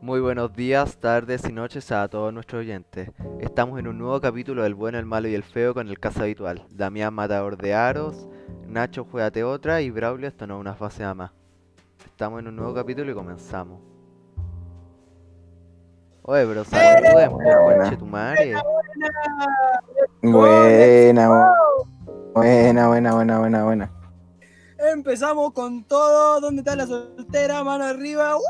Muy buenos días, tardes y noches a todos nuestros oyentes. Estamos en un nuevo capítulo del Bueno, el Malo y el Feo con el caso habitual. Damián Matador de Aros, Nacho Juegate Otra y Braulio Esto no es una fase a más. Estamos en un nuevo capítulo y comenzamos. Oye, bro, saluden, por conche tu madre. Buena, bu- buena, buena, buena, buena, buena. Empezamos con todo. ¿Dónde está la soltera? Mano arriba. ¡Uh!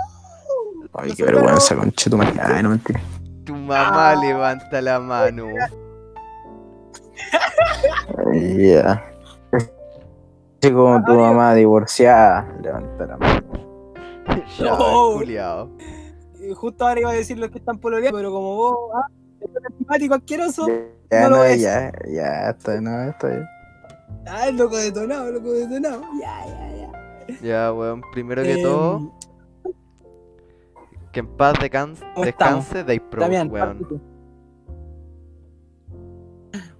Ay, qué vergüenza, conche tu madre. Ay, no mentira. Tu mamá levanta la mano. Ay, ya. Así como tu mamá divorciada. Levanta la mano. Ya, No. culiao. Uh, Y Justo ahora iba a decir los que están pololeando, pero como vos, ah, eres simpático asqueroso. Ya, No lo no, es. ya, ya, está, no, está bien. Ah, el loco detonado, loco detonado. Ya, ya, ya. Ya, weón, primero que Em, todo, que en paz decan- ¿cómo estamos? descanse Dave Pro, Damián, parte weón. tú.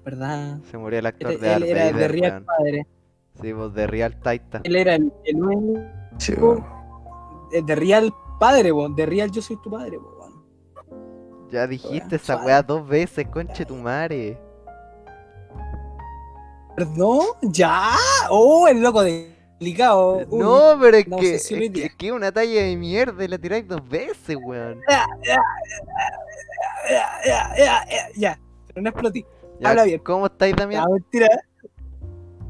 ¿Verdad? Se murió el actor Él, de él Darth era el de Vader, Real weón. Padre. Sí, vos de Real Taita. Él era el, el nuevo- Sí, bueno. el de Real Padre, weón. De Real Yo Soy Tu Padre, weón. Ya dijiste Weón, esa suave. weá dos veces, conche tu madre. ¿Perdón? ¿Ya? Oh, el loco delicado. Oh, Uy. Eh, No, pero es la que es obsesión hoy que, día. es que es una talla de mierda y la tiráis dos veces, weón. Ya, ya, ya, ya, ya. Pero no explotí. Ya, Habla bien. ¿Cómo estáis, Damián? Ya, mentira.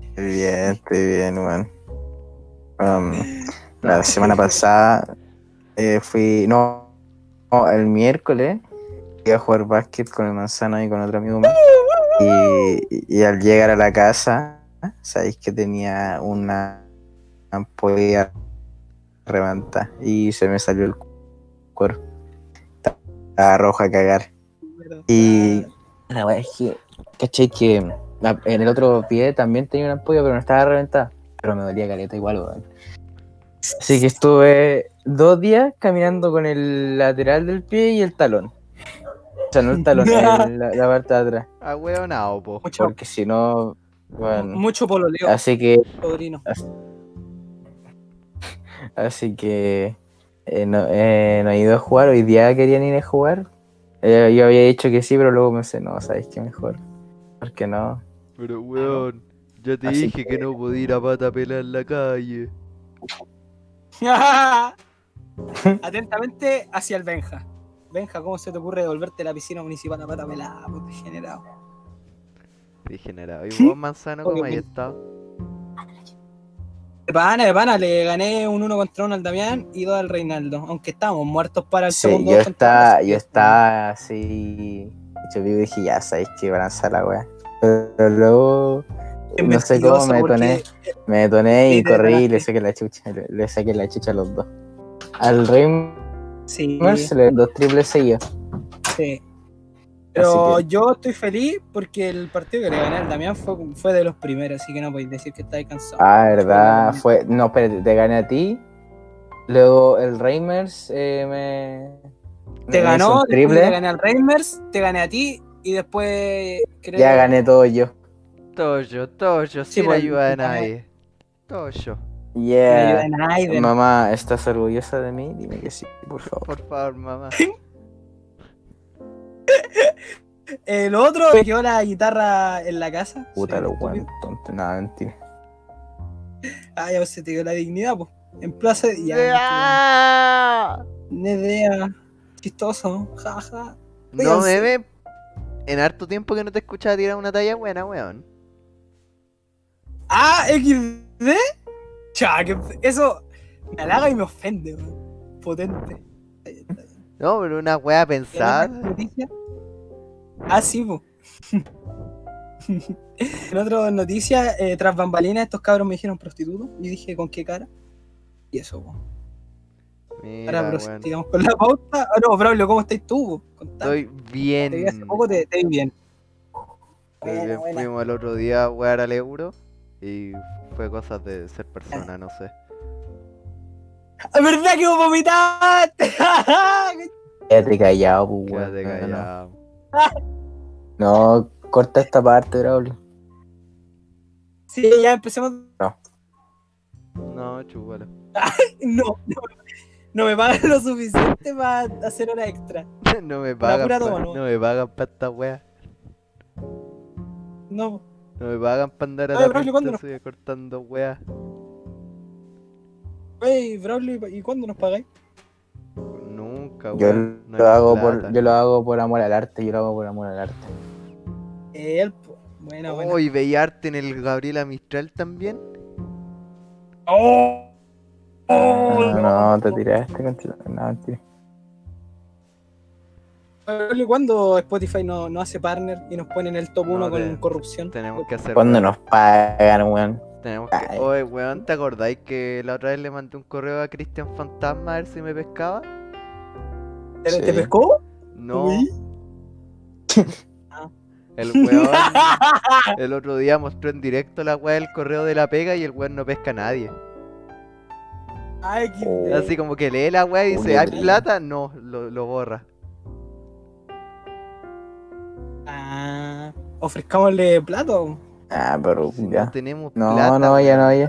Estoy bien, estoy bien, weón. Um, la semana pasada eh, fui, no, no, el miércoles fui a jugar básquet con el manzano y con otro amigo más. Y, y al llegar a la casa, sabéis que tenía una ampolla reventada y se me salió el cu- cuero. Estaba roja a cagar. Y Ah, la wea es que, caché que la- en el otro pie también tenía una ampolla, pero no estaba reventada. Pero me dolía caleta igual, weón. Así que estuve dos días caminando con el lateral del pie y el talón. O sea, no el talón, el- la, la parte de atrás. Ah, weonao, po. Mucho, Porque si no, bueno. mucho pololeo, Así que, sobrino. así que eh, no, eh, no he ido a jugar. Hoy día querían ir a jugar. Eh, yo había dicho que sí, pero luego me pensé, no, sabéis que mejor. Porque no. Pero weón, ya te Así dije que... no podía ir a pata pelada en la calle. Atentamente hacia el Benja. Benja, ¿cómo se te ocurre devolverte la piscina municipal a pata pelada, por degenerado? Degenerado. ¿Y ¿Sí? vos, manzano, cómo Obvio. has estado? De pana, de pana, le gané un 1 contra 1 al Damián y 2 al Reinaldo. Aunque estábamos muertos para el Sí, segundo. yo dos contra estaba, uno, yo así que- estaba así. Yo vi y dije, ya sabéis que van a lanzar la weá. Pero luego, no sé cómo me Mentiroso, porque detoné. Me detoné y Sí, te corrí y le detonaste. saqué la chucha. Le, le saqué la chucha a los dos. Al Reimer Sí, se le dos triples seguidos. sí. Pero Así yo estoy feliz porque el partido que le gané al Damián fue, fue de los primeros, así que no podéis decir que estáis cansados. Ah, verdad. Fue. No, espérate, te gané a ti. Luego el Reimers eh, me. me Te hizo ganó, un después te triple. gané al Reimers, te gané a ti y después creo Ya gané todo yo. Toyo, Toyo, Sí, sin pues, ayuda de discúlpame. nadie. Toyo, No Yeah. ayuda en Aiden. Mamá, ¿estás orgullosa de mí? Dime que sí, por favor. por favor, mamá. El otro me quedó la guitarra en la casa. Puta, Sí, lo estúpido. bueno, tonto. Nada, mentira. Ah, ya se te quedó la dignidad, pues. En plaza y ya. ¡Ah! Ni idea. Chistoso, jaja. No Ríanse. me ve. En harto tiempo que no te escuchaba tirar una talla buena, weón. Ah, XD. Chá, que eso me halaga y me ofende, weón. Potente. Ahí está. No, pero una weá ¿Y la otra pensada. noticia? Ah, sí, po. en otra noticia, eh, tras bambalinas, estos cabros me dijeron prostituto. Y dije, ¿con qué cara? Y eso, po. Mira, Ahora weón. prosigamos con la pauta. Ah, no, Braulio, ¿cómo estás tú? po? Contá. Estoy Te vi hace bien. poco, te, te vi bien. Estoy Buena, bien. buena. Fuimos el otro día a wear al euro. Y fue cosas de ser persona, no sé. ¡Es Ah, verdad que vos vomitaste! Quédate callado, pues, weón. Quédate No, no, no. callado. No, corta esta parte, Braulio. sí, ya empecemos. No, chúbalo. No, no, no, No me pagan lo suficiente para hacer hora extra. no me pagan. pura pa- toma, no. no me pagan para esta wea. No, No me pagan para andar a Oye, la Braulio, ¿cuándo nos- suya cortando wea. wey, pues, Braulio, ¿y cuándo nos pagáis? Nunca, Yo wea. no hay lo, hago plata. por, yo lo hago por amor al arte, yo lo hago por amor al arte. Él, po. Bueno, bueno. Oh, y veía arte en el Gabriela Mistral también. ¡Oh! ¡Oh! no, te tiraste contra... No, mentira. Braulio, ¿cuándo Spotify no, no hace partner y nos pone en el top No, 1 con te- corrupción? Tenemos que hacer. ¿Cuándo nos pagan, weón? Tenemos que... Ay. Oye, weón, ¿te acordáis que la otra vez le mandé un correo a Cristian Fantasma a ver si me pescaba? ¿Te, Sí. te pescó? No. Uy. El weón. el otro día mostró en directo la weá del correo de la pega y el weón no pesca a nadie. Ay, qué... Oh. Así como que lee la weá y dice, Julio ¿hay Brito. plata? No, lo, lo borra. Ah, ofrezcámosle plato. Ah, pero Si ya. no tenemos No, plata. no, ya weón. no, ya.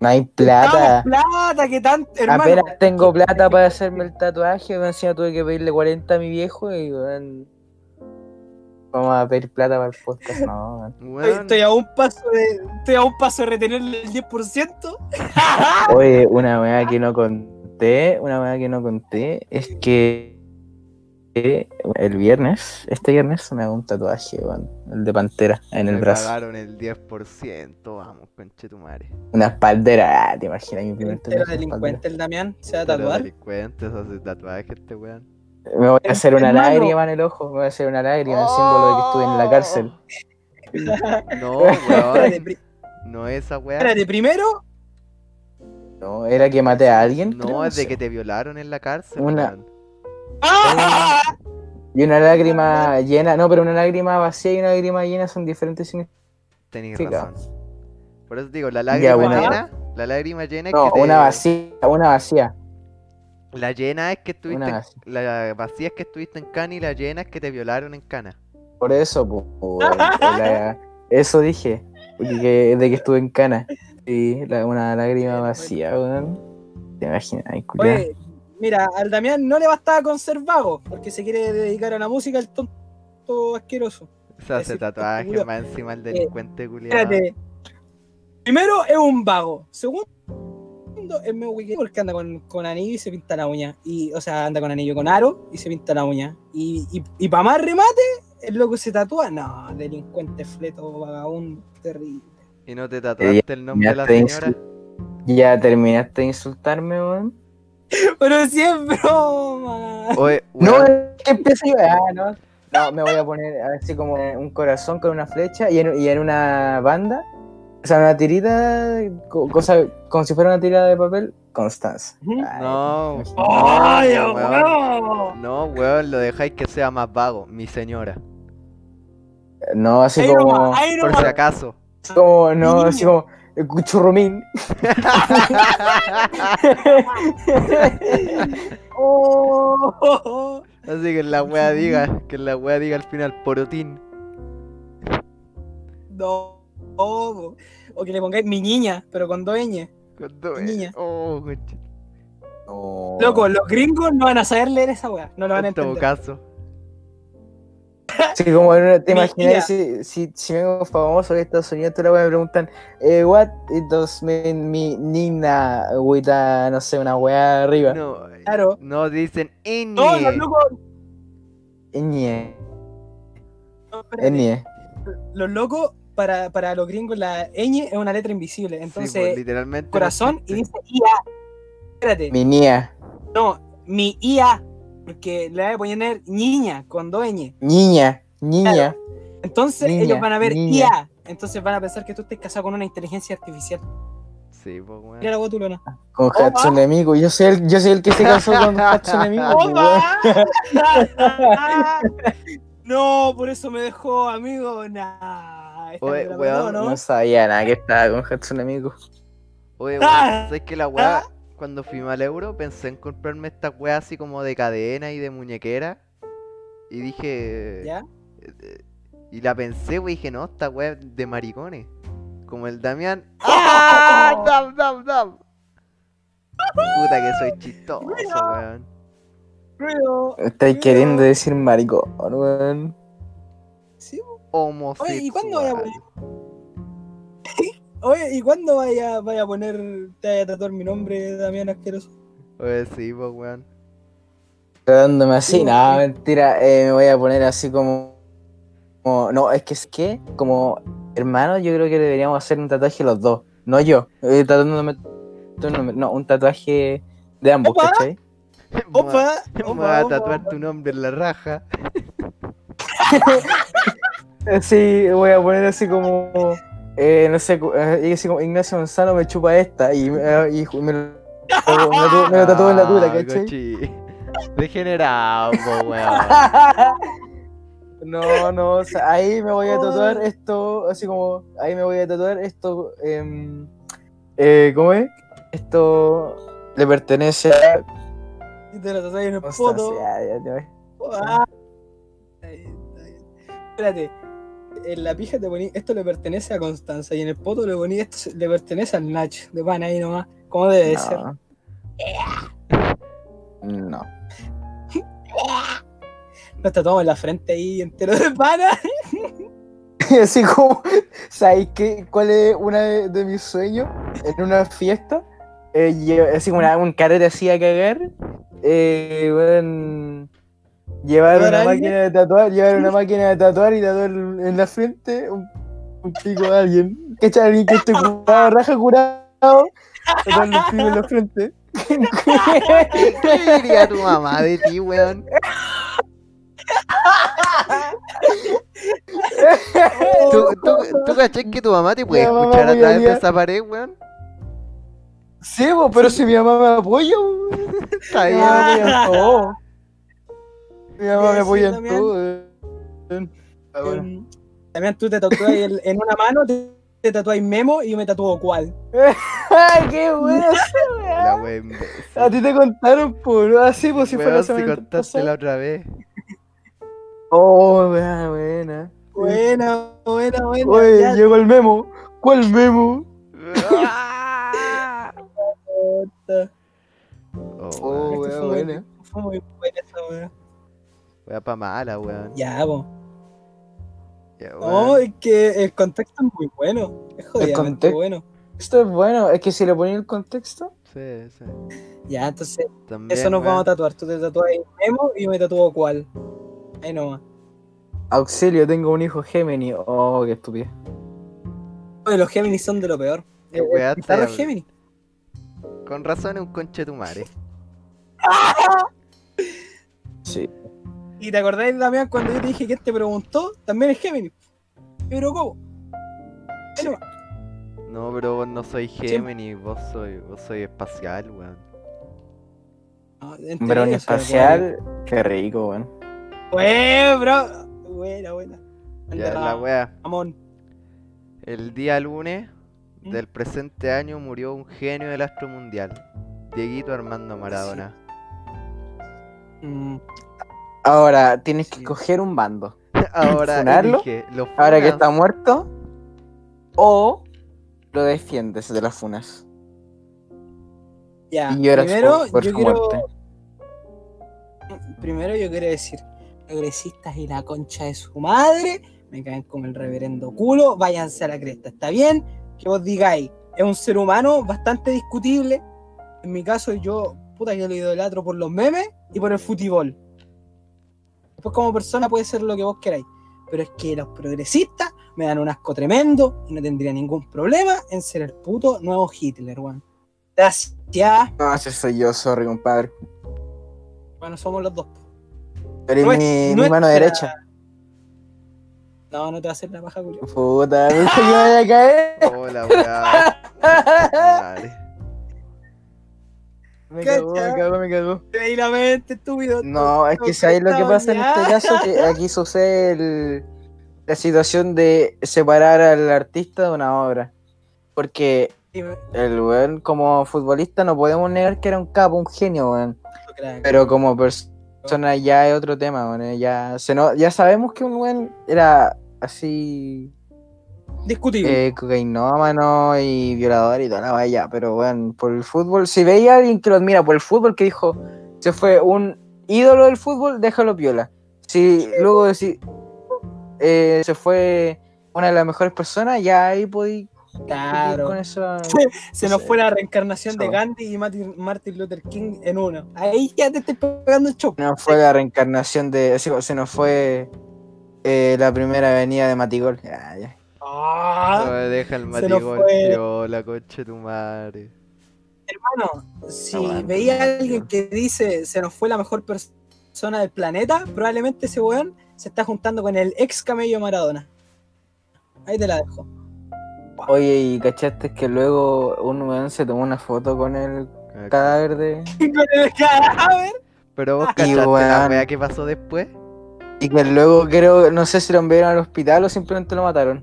No hay plata. ¡Damos plata! que tan... Hermano, Apenas tengo plata para hacerme el tatuaje, weón. Encima tuve que pedirle 40 a mi viejo y, weón. Vamos a pedir plata para el podcast, no, weón. Weón, estoy, estoy a un paso de... Estoy a un paso de retenerle el 10%. Oye, una weá que no conté, una weá que no conté, es que que el viernes, este viernes me hago un tatuaje, weón, el de pantera en el me brazo. pagaron el 10%, vamos, conchetumare. Una espaldera, ah, te imaginas mi primer Este Era tatuaje. de espaldera. delincuente el Damián, se va a Pero tatuar. delincuentes, hace tatuajes este weón. Me voy a hacer una Hermano. lágrima en el ojo, me voy a hacer una lágrima, el símbolo de que estuve en la cárcel. Oh. No, Espérate, weón, pri- no esa weá. espérate, primero, No, era que maté a alguien. creo, No, es de sé. que te violaron en la cárcel. Una- weón. ¡Ah! Y una lágrima llena, no, pero una lágrima vacía y una lágrima llena son diferentes significados. Tenéis Sí, razón. Por eso te digo, la lágrima bueno. llena, la lágrima llena es No, que te- una vacía, una vacía. La llena es que estuviste en- vacía. la vacía es que estuviste en Cana y la llena es que te violaron en Cana. Por eso, po, po, la- eso dije, porque que- de que estuve en cana. Y la- una lágrima vacía, weón. Te imaginas, ay, culiao. Oye, mira, al Damián no le bastaba con ser vago, porque se quiere dedicar a la música el tonto asqueroso. Se hace Ese tatuaje culiao. más encima el delincuente culiado. Espérate. Primero es un vago. Segundo es medio wiki porque anda con, con anillo y se pinta la uña. Y, o sea, anda con anillo con aro y se pinta la uña. Y, y, y para más remate, el loco se tatúa. No, delincuente, fleto, vagabundo, terrible. Y no Eh, te tatuaste el nombre de la te señora. Ya terminaste de insultarme, weón. Pero si es broma. Oye, No, weón, es que empiezo yo. Ah, no. No, me voy a poner así como un corazón con una flecha y en, y en una banda. O sea, una tirita, co- cosa, como si fuera una tirada de papel, Constanza. Ujú. Ay, No. te imaginas. ¡Ay, No, weón. weón! no, weón, lo dejáis que sea más vago, mi señora. No, así Ahí como. nomás, ahí Por nomás. si acaso. así como- no, así como. eh, Churrumín. Oh. Así que la wea diga, que la wea diga al final, porotín. No. po. O que le pongáis mi niña, pero con dos ñ. Cuando- Niña. Oh, conche- No. Loco, los gringos no van a saber leer esa weá. No lo van a tanto entender. bocazo. Sí, como en una- te Mi imaginas si, si, si vengo famoso de Estados Unidos, tú la wea me preguntan, eh, what does mean mi nina with a, no sé, una wea arriba. No, eh, Claro. no dicen N. No, los locos. Ñe, no, espérate. ñe. Los locos, para, para los gringos, la ñ es una letra invisible. Sí, pues, Entonces, literalmente. corazón y dice IA. Espérate. Mi nia, No, mi IA. Porque le voy a poner niña con dos ñ. niña, niña. Entonces, Niña, ellos van a ver niña. IA. Entonces van a pensar que tú estás casado con una inteligencia artificial. Sí, pues, weón. Mira la botulona. Con Opa. Hatsune Miku, yo soy el, yo soy el que se casó con Hatsune Miku. weón. no, por eso me dejó, amigo. Nah, esta Oye, me la weón, mandó, No sabía nada que estaba con Hatsune Miku. Oye, Ah. weón, ¿sabes que la weá, cuando fui al euro, pensé en comprarme estas weas así como de cadena y de muñequera? Y dije. ¿Ya? eh, eh, Y la pensé, wey, dije, no, esta wea es de maricones. Como el Damián. ¡Ah! ¡Ah! ¡Dam, dam, dam! Puta que soy chistoso, Mira. weón. Pero, Estáis queriendo decir maricón, weón. sí, po. Homosexual. Oye, ¿y cuándo voy a poner? Oye, ¿y cuándo vaya, vaya a poner, te vaya a tatuar mi nombre, Damián Asqueroso? Oye, sí, pues, weón. Dándome así, Sí, no, sí. mentira, eh, me voy a poner así como, como- No, es que es que, como hermano, yo creo que deberíamos hacer un tatuaje los dos. No yo, eh, tatuándome- tatuándome- no, un tatuaje de ambos, Opa. ¿cachai? Opa, Me voy opa, a opa, tatuar tu nombre en la raja. Eh, Sí, voy a poner así como, eh, no sé, cu- eh, y así como Ignacio Gonzalo me chupa esta y, eh, y ju- me, lo, me lo tatu- me lo tatúo en la dura, Ah, ¿cachai? cochi. Degenerado, po, weón. No, no, o sea, ahí me voy a tatuar esto, así como, ahí me voy a tatuar esto, em, eh, ¿cómo es? Esto le pertenece a Y te la tatuas en una Constancia, foto. ya, ya te voy. Ah, está bien, está bien. Espérate. En la pija te poní, esto le pertenece a Constanza. Y en el poto le poní, esto se- le pertenece al Nacho. De pan ahí nomás. ¿Cómo debe ser? No. No. Nos tatuamos en la frente ahí entero de pana. Así como, ¿sabéis qué? ¿Cuál es una de, de mis sueños? En una fiesta, eh, lle- así como una, un carrete así a cagar, eh, weón, llevar ¿Llevar una a alguien? máquina de tatuar, llevar una máquina de tatuar y tatuar en la frente un, un pico a alguien. Que echa alguien que esté curado, raja curado, tatuarle un pico en la frente. ¿Qué diría tu mamá de ti, weón? ¿Tú, tú, tú cachés que tu mamá te puede Mi mamá escuchar a muy través de aliada. esa pared, weón? Sí, bo, pero si mi mamá me apoya, bo. Está Mi bien. mamá me apoya en todo. Oh. Mi mamá Iba a me apoya decir en también- todo. eh. Ah, bueno. Mm, También tú te tatuas el- en una mano, te, te tatuáis Memo y yo me tatúo cuál. ¡Ay, qué bueno! sí, La weá. wea imbécil. A ti te contaron, por así, pues si fue la Weón, si semana contaste la otra vez. Oh, weá, buena. Buena, buena, buena. Oye, ya, llegó el memo. ¿Cuál memo? puta. Oh, weón. Esto fue muy- Fue muy buena esa wea. Wea pa' mala, weón. Ya, po. Ya, No, weón. es que el contexto es muy bueno. Es jodidamente contexto. bueno. Esto es bueno, es que si le ponía el contexto. Sí, sí. Ya, entonces, También, eso nos weón. vamos a tatuar. Tú te tatuas el Memo y yo me tatúo cuál. Ahí nomás. Auxilio, tengo un hijo Gemini. Oh, qué estúpido. Oye, los Géminis son de lo peor. Qué Eh, weá, Pizarro te- es Géminis. Con razón es un conchetumare. Sí. Y te acordáis, Damián, cuando yo te dije que te preguntó, también es Géminis. Pero ¿cómo? Ahí nomás. No, pero vos no soy Gemini, vos soy, vos soy espacial, weón. No, en Un teoría verón soy espacial. Qué rico, weón. acuario. Wey, bro. Buena, buena. Ya, Anda, la wea. Ramón. El día lunes ¿Mm? del presente año murió un genio del astro mundial, Dieguito Armando Maradona. Mm, Ahora, tienes que Sí. coger un bando. Ahora ¿Funarlo? elige, lo Ahora que funas, está muerto, o lo defiendes de las funas. Ya, y lloras primero por, por yo su quiero muerte. Primero yo quiero decir, progresistas y la concha de su madre, me caen como el reverendo culo, váyanse a la cresta, está bien, que vos digáis, es un ser humano bastante discutible, en mi caso yo, puta que lo idolatro por los memes y por el futibol. Después como persona puede ser lo que vos queráis, pero es que los progresistas me dan un asco tremendo y no tendría ningún problema en ser el puto nuevo Hitler, weón. Gracias, No, ese soy yo, sorry, compadre. bueno, somos los dos. Pero Nue- es mi, mi nuestra- mano derecha. No, no te va a hacer la paja, Julio. Puta, pensé que me iba a caer. Oh, la weá. Madre. Me cagó, Cacha. me cagó, me cagó. Te leí la mente, estúpido. Mm. No, es que sabéis lo que pasa en este caso, que aquí sucede el- la situación de separar al artista de una obra. Porque Dime, el weón como futbolista no podemos negar que era un capo, un genio, weón. lo crack. Pero como persona ya es otro tema, bueno, ya, se no, ya sabemos que un buen era así Discutible. eh, cocainómano y violador y toda la valla, pero bueno, por el fútbol, si veía a alguien que lo admira por el fútbol, que dijo, se fue un ídolo del fútbol, déjalo viola. Si luego decís, eh, se fue una de las mejores personas, ya ahí podí ir con claro. eso. Se nos fue la reencarnación de Eso. Gandhi y Martin, Martin Luther King en uno. Ahí ya te estoy pegando el choque. Se nos fue la reencarnación de, se se nos fue eh, la primera avenida de Matigol. Ya, ya. No, Ah, deja el Se nos matigol, fue. yo, la concha de tu madre. hermano, si Aguanta, veía a alguien tío. que dice se nos fue la mejor pers- persona del planeta, probablemente ese weón se está juntando con el ex camello Maradona. Ahí te la dejo. Oye, ¿y cachaste que luego un weón se tomó una foto con el cadáver de... Con el cadáver. Pero vos Y cachaste la weón. wea que pasó después. Y que luego creo, no sé si lo enviaron al hospital o simplemente lo mataron.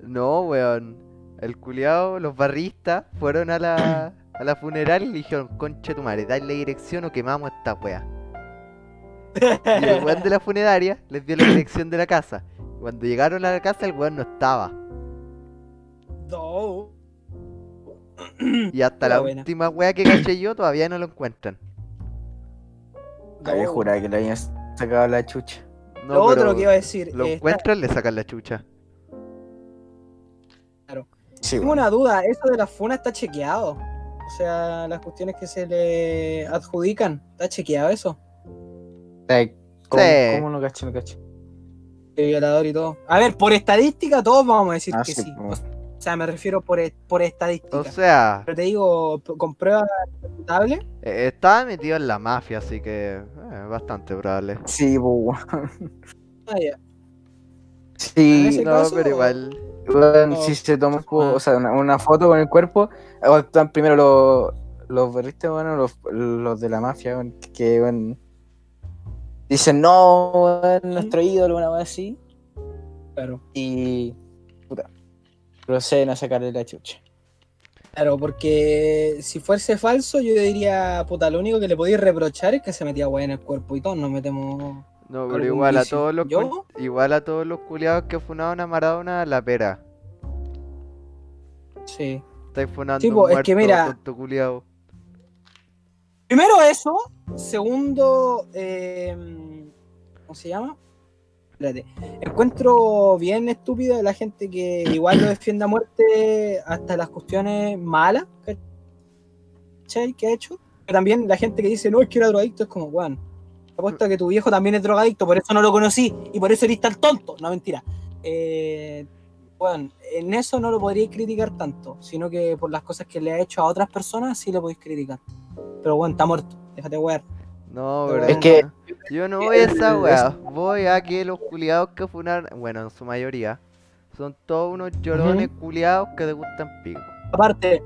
No, weón. El culiao, los barristas fueron a la, a la funeraria y le dijeron, conche tu madre, dale dirección o quemamos esta wea. Y el weón de la funeraria les dio la dirección de la casa. Cuando llegaron a la casa el weón no estaba. No. Y hasta La la, buena. última wea que caché yo todavía no lo encuentran. Había No. jurado que le habían sacado la chucha. No, pero lo otro que iba a decir. Lo eh, está- encuentran, le sacan la chucha. Sí, tengo una duda, eso de la funa está chequeado. O sea, las cuestiones que se le adjudican, ¿está chequeado eso? ¿Cómo, Sí. cómo no caché, no caché? El violador y todo. A ver, por estadística todos vamos a decir Ah, que sí, sí. po. O sea, me refiero por, e- por estadística. O sea, Pero te digo, p- con pruebas irrefutables, eh, estaba metido en la mafia, así que eh, bastante probable. Sí, pues, bu- ah, ya. En Sí, ese no, este caso- pero igual. weón, no. si se tomó pues, o sea, una, una foto con el cuerpo, actúan primero los, los berristas, bueno, los, los de la mafia, weón, que weón, dicen, no, weón, nuestro ídolo, una vez así, claro. y puta, proceden a sacarle la chucha. Claro, porque si fuese falso, yo diría, puta, lo único que le podéis reprochar es que se metía hueá en el cuerpo y todos nos metemos. No, pero algún igual a vicio. todos los ¿Yo? cul- igual a todos los culiados que funaron a Maradona la pera. Sí. Estáis funando Sí, un po, es muerto, que mira- tonto culiao. Primero eso. Segundo, eh, ¿cómo se llama? Espérate. Encuentro bien estúpido de la gente que igual lo defiende a muerte hasta las cuestiones malas, ¿cachai? Que ha hecho. Pero también la gente que dice, no, es que era drogadicto, es como, weón, apuesto a que tu viejo también es drogadicto, por eso no lo conocí y por eso eres tan tonto. No, mentira. Eh, weón, en eso no lo podríais criticar tanto, sino que por las cosas que le ha hecho a otras personas sí lo podéis criticar. Pero weón, está muerto, déjate wear. No, No, pero Es que- yo eh, no voy a esa es- weá. Voy a que los culiados que funaron, bueno, en su mayoría, son todos unos llorones culiados que te gustan pico. Aparte,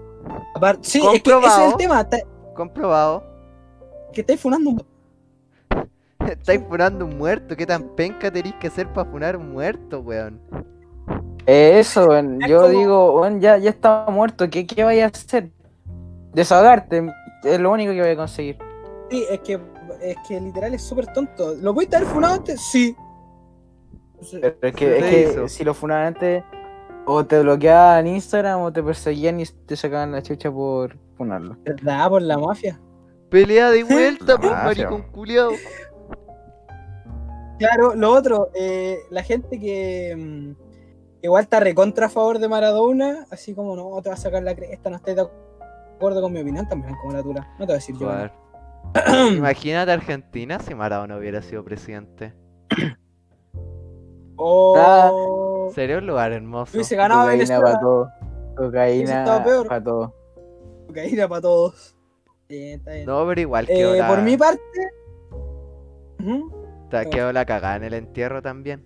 aparte sí, es que ese es Comprobado. el tema, está- Comprobado. que estáis funando un... Estáis funando un muerto, qué tan penca tenéis que ser para funar un muerto, weón. Eh, eso, weón. Es Yo como- digo, weón, ya, ya está muerto. ¿Qué, ¿Qué vaya a hacer? Desahogarte. Es lo único que voy a conseguir. Sí, es que, es que literal es súper tonto. ¿Lo podéis haber funado antes? Sí. Pero es Se que, es te que hizo. si lo funaban antes, o te bloqueaban en Instagram, o te perseguían y te sacaban la chucha por funarlo. ¿Verdad? Por la mafia. Pelea de vuelta, pues, Mafia, maricón weón. culiao. Claro, lo otro, eh, la gente que mm, igual está recontra a favor de Maradona, así como no, te va a sacar la cresta, no estés de acuerdo con mi opinión, también como la tula. No te voy a decir yo. Joder. nada. Imagínate Argentina si Maradona hubiera sido presidente. Ah, O Sería un lugar hermoso. Oh, hubiese ganado Cocaína Venezuela. para todo. Hubiese Cocaína estado peor. para todo. Cocaína para todos. Bien, está bien. No, pero igual Eh, quedó, la, por mi parte. Ujú. ta- quedó la cagada en el entierro también.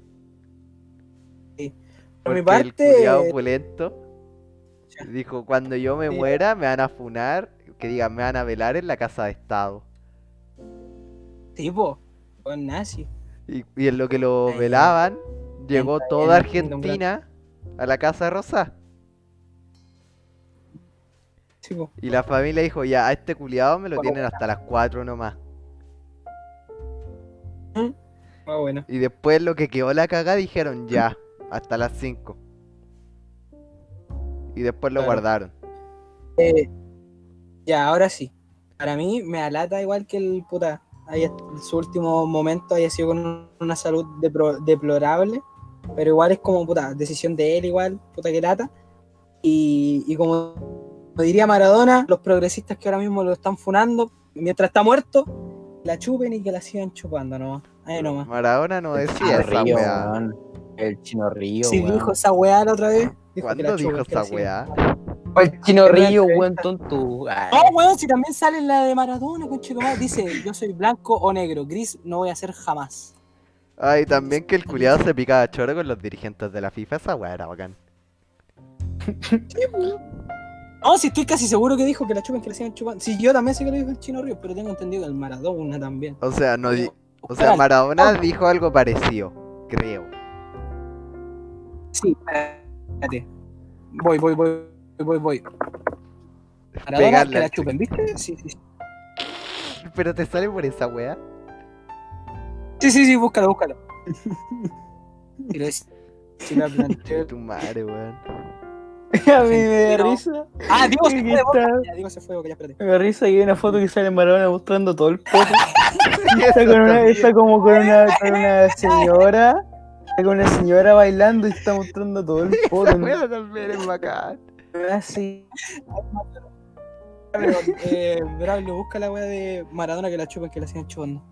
Sí. Por Porque mi el culiao parte. opulento Ya. dijo, cuando yo me Sí. muera me van a funar, que digan, me van a velar en la casa de Estado. Tipo, con nazi. Y, y en lo que lo Está bien. velaban, llegó Está toda bien, un gran- Argentina a la Casa Rosa. Tipo, Y la familia dijo, ya, a este culiado me lo Bueno, tienen hasta las 4 nomás. más bueno. Ah, Y después lo que quedó la cagada dijeron, ya, hasta las 5. Y después lo Claro. guardaron. Eh, ya, ahora sí. Para mí me alata igual que el puta. haya- su último momento haya sido con una salud depro- deplorable. Pero igual es como puta, decisión de él igual, puta que lata. Y, y como diría Maradona, los progresistas que ahora mismo lo están funando, mientras está muerto, la chupen y que la sigan chupando nomás. Ahí nomás. Maradona no decía Chino esa Río, weá. weón. El chino río. Si weón. dijo esa weá la otra vez. dijo que la ¿Cuándo dijo chupen, que la esa sigan weá? El chino En una río, entrevista. weón, tonto. Ay, No, Oh, weón, si también sale la de Maradona, conchetumare, dice, yo soy blanco o negro, gris no voy a ser jamás. Ay, también que el culiado se picaba a choro con los dirigentes de la FIFA. Esa weá era bacán. No, si estoy casi seguro que dijo que la chupan que la sigan chupando. Sí, yo también sé que lo dijo el Chino Ríos, pero tengo entendido que el Maradona también. O sea, no di- o sea Ojalá. Maradona Oh. dijo algo parecido, creo. Sí, espérate. Voy, voy, voy, voy, voy. Maradona Pegarle que la al- chupen, ¿viste? Sí, sí, sí. Pero te sale por esa weá. Sí, sí, sí, búscalo, búscalo. Si lo, si lo planteó- Tu madre, weón. A mí me da Argentino. risa. Ah, Diego se que fue de boca. está- Ya, Diego se fue de boca, ya, espérate. Me da risa y hay una foto que sale Maradona mostrando todo el poto. Eso Está, con una, también. está como con una, con una señora. Está con una señora bailando y está mostrando todo el poto. Esa weá también es bacán. Así. Eh, Braulio, busca la weá de Maradona que la chupen que la sigan chupando.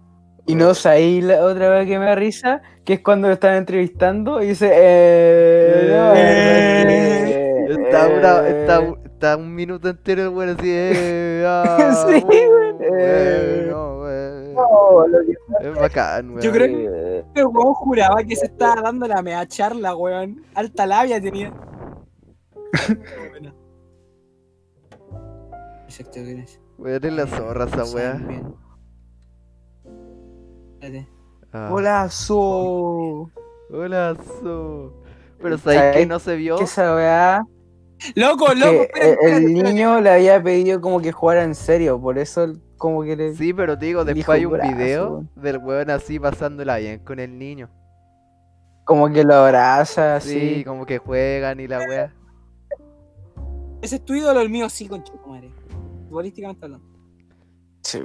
Y no sé, ahí la otra vez que me da risa, que es cuando lo están entrevistando y dice, eh, no, Eh, eh, Está, una- eh, está un- está un minuto entero el weón así. Eh, ah, Sí, uh, weón. weón, Eh. no, weón. no, lo que- Es bacán, weón. Yo creo que- eh, Este weón juraba que se estaba dando la mea charla, weón. Alta labia tenía. Buena. Perfecto, gracias. Weón, es la zorra esa weá. Saben bien. Espérate. Ah. Golazo. Hola, Zo. Pero ¿sabes que ¿Sabes no se vio? Que esa weá, Loco, que eh, loco, el, espérate, el espérate, espérate. niño le había pedido como que jugara en serio, por eso el- como que le... Sí, pero te digo, después Dijo hay un brazo, video weón. del weón así pasándola bien con el niño. Como que lo abraza, Sí, así. como que juegan y la weá. Ese es tu ídolo, el mío sí, concha tu madre. Futbolísticamente hablando. Sí.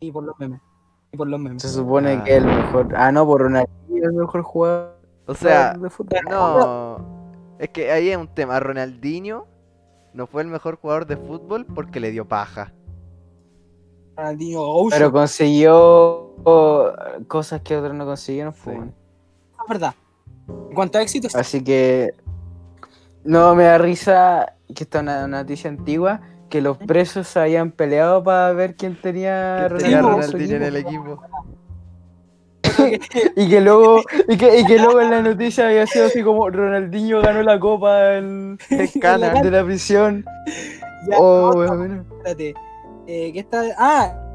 Y por los memes. Y por los memes. Se supone Ah. que es el mejor... Ah, no, por una... El mejor jugador O sea, de fútbol. no. Es que ahí es un tema. Ronaldinho no fue el mejor jugador de fútbol porque le dio paja. Ronaldinho Gaucho. Pero consiguió cosas que otros no consiguieron. pues, Sí. bueno. Ah, verdad. En cuanto a éxitos, Así que no me da risa que está una una noticia antigua que ¿Eh? los presos se habían peleado para ver quién tenía Que a tenía Ronaldinho en su Ronaldinho en el equipo. equipo. y que luego y que, y que luego en la noticia había sido así como Ronaldinho ganó la copa en- En Cana. de la prisión. ya, Oh, no, weón, bueno. espérate. Eh, ¿qué está? Ah,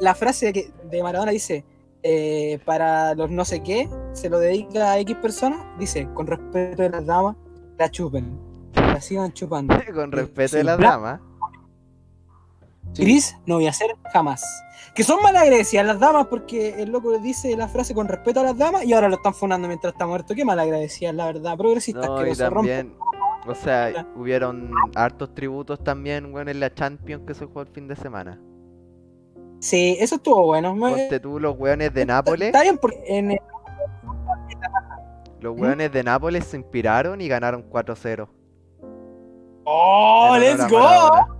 la frase de, que, de Maradona dice, eh, para los no sé qué, se lo dedica a X persona, dice, con respeto de las damas, la chupen, la sigan chupando. Con respeto de Sí, las bla- damas. Sí. Gris no voy a ser jamás. Que son malagradecidas las damas porque el loco dice la frase con respeto a las damas y ahora lo están funando mientras está muerto. Qué malagradecidas, la verdad. Progresistas No, que y se rompen. también. O sea, hubieron hartos tributos también, weón, en la Champions que se jugó el fin de semana. Sí, eso estuvo bueno. Me- Ponte tú los weones de Nápoles. Está bien porque en el- Los weones de Nápoles se inspiraron y ganaron 4-0. ¡Oh, En let's honor a go! Maradona.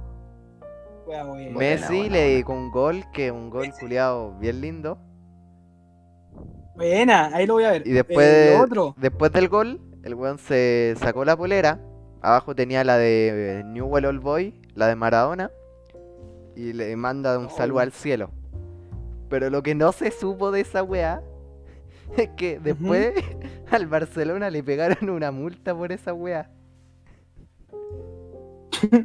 Wea, wea. Messi buena, le dedicó un gol, que un gol culiado bien lindo. Buena, ahí lo voy a ver. Y después- Eh, lo otro. Después del gol, el weón se sacó la polera. Abajo tenía la de eh, Newell Old Boy, la de Maradona. Y le manda un Oh, saludo ya. al cielo. Pero lo que no se supo de esa weá es que después al Barcelona le pegaron una multa por esa weá.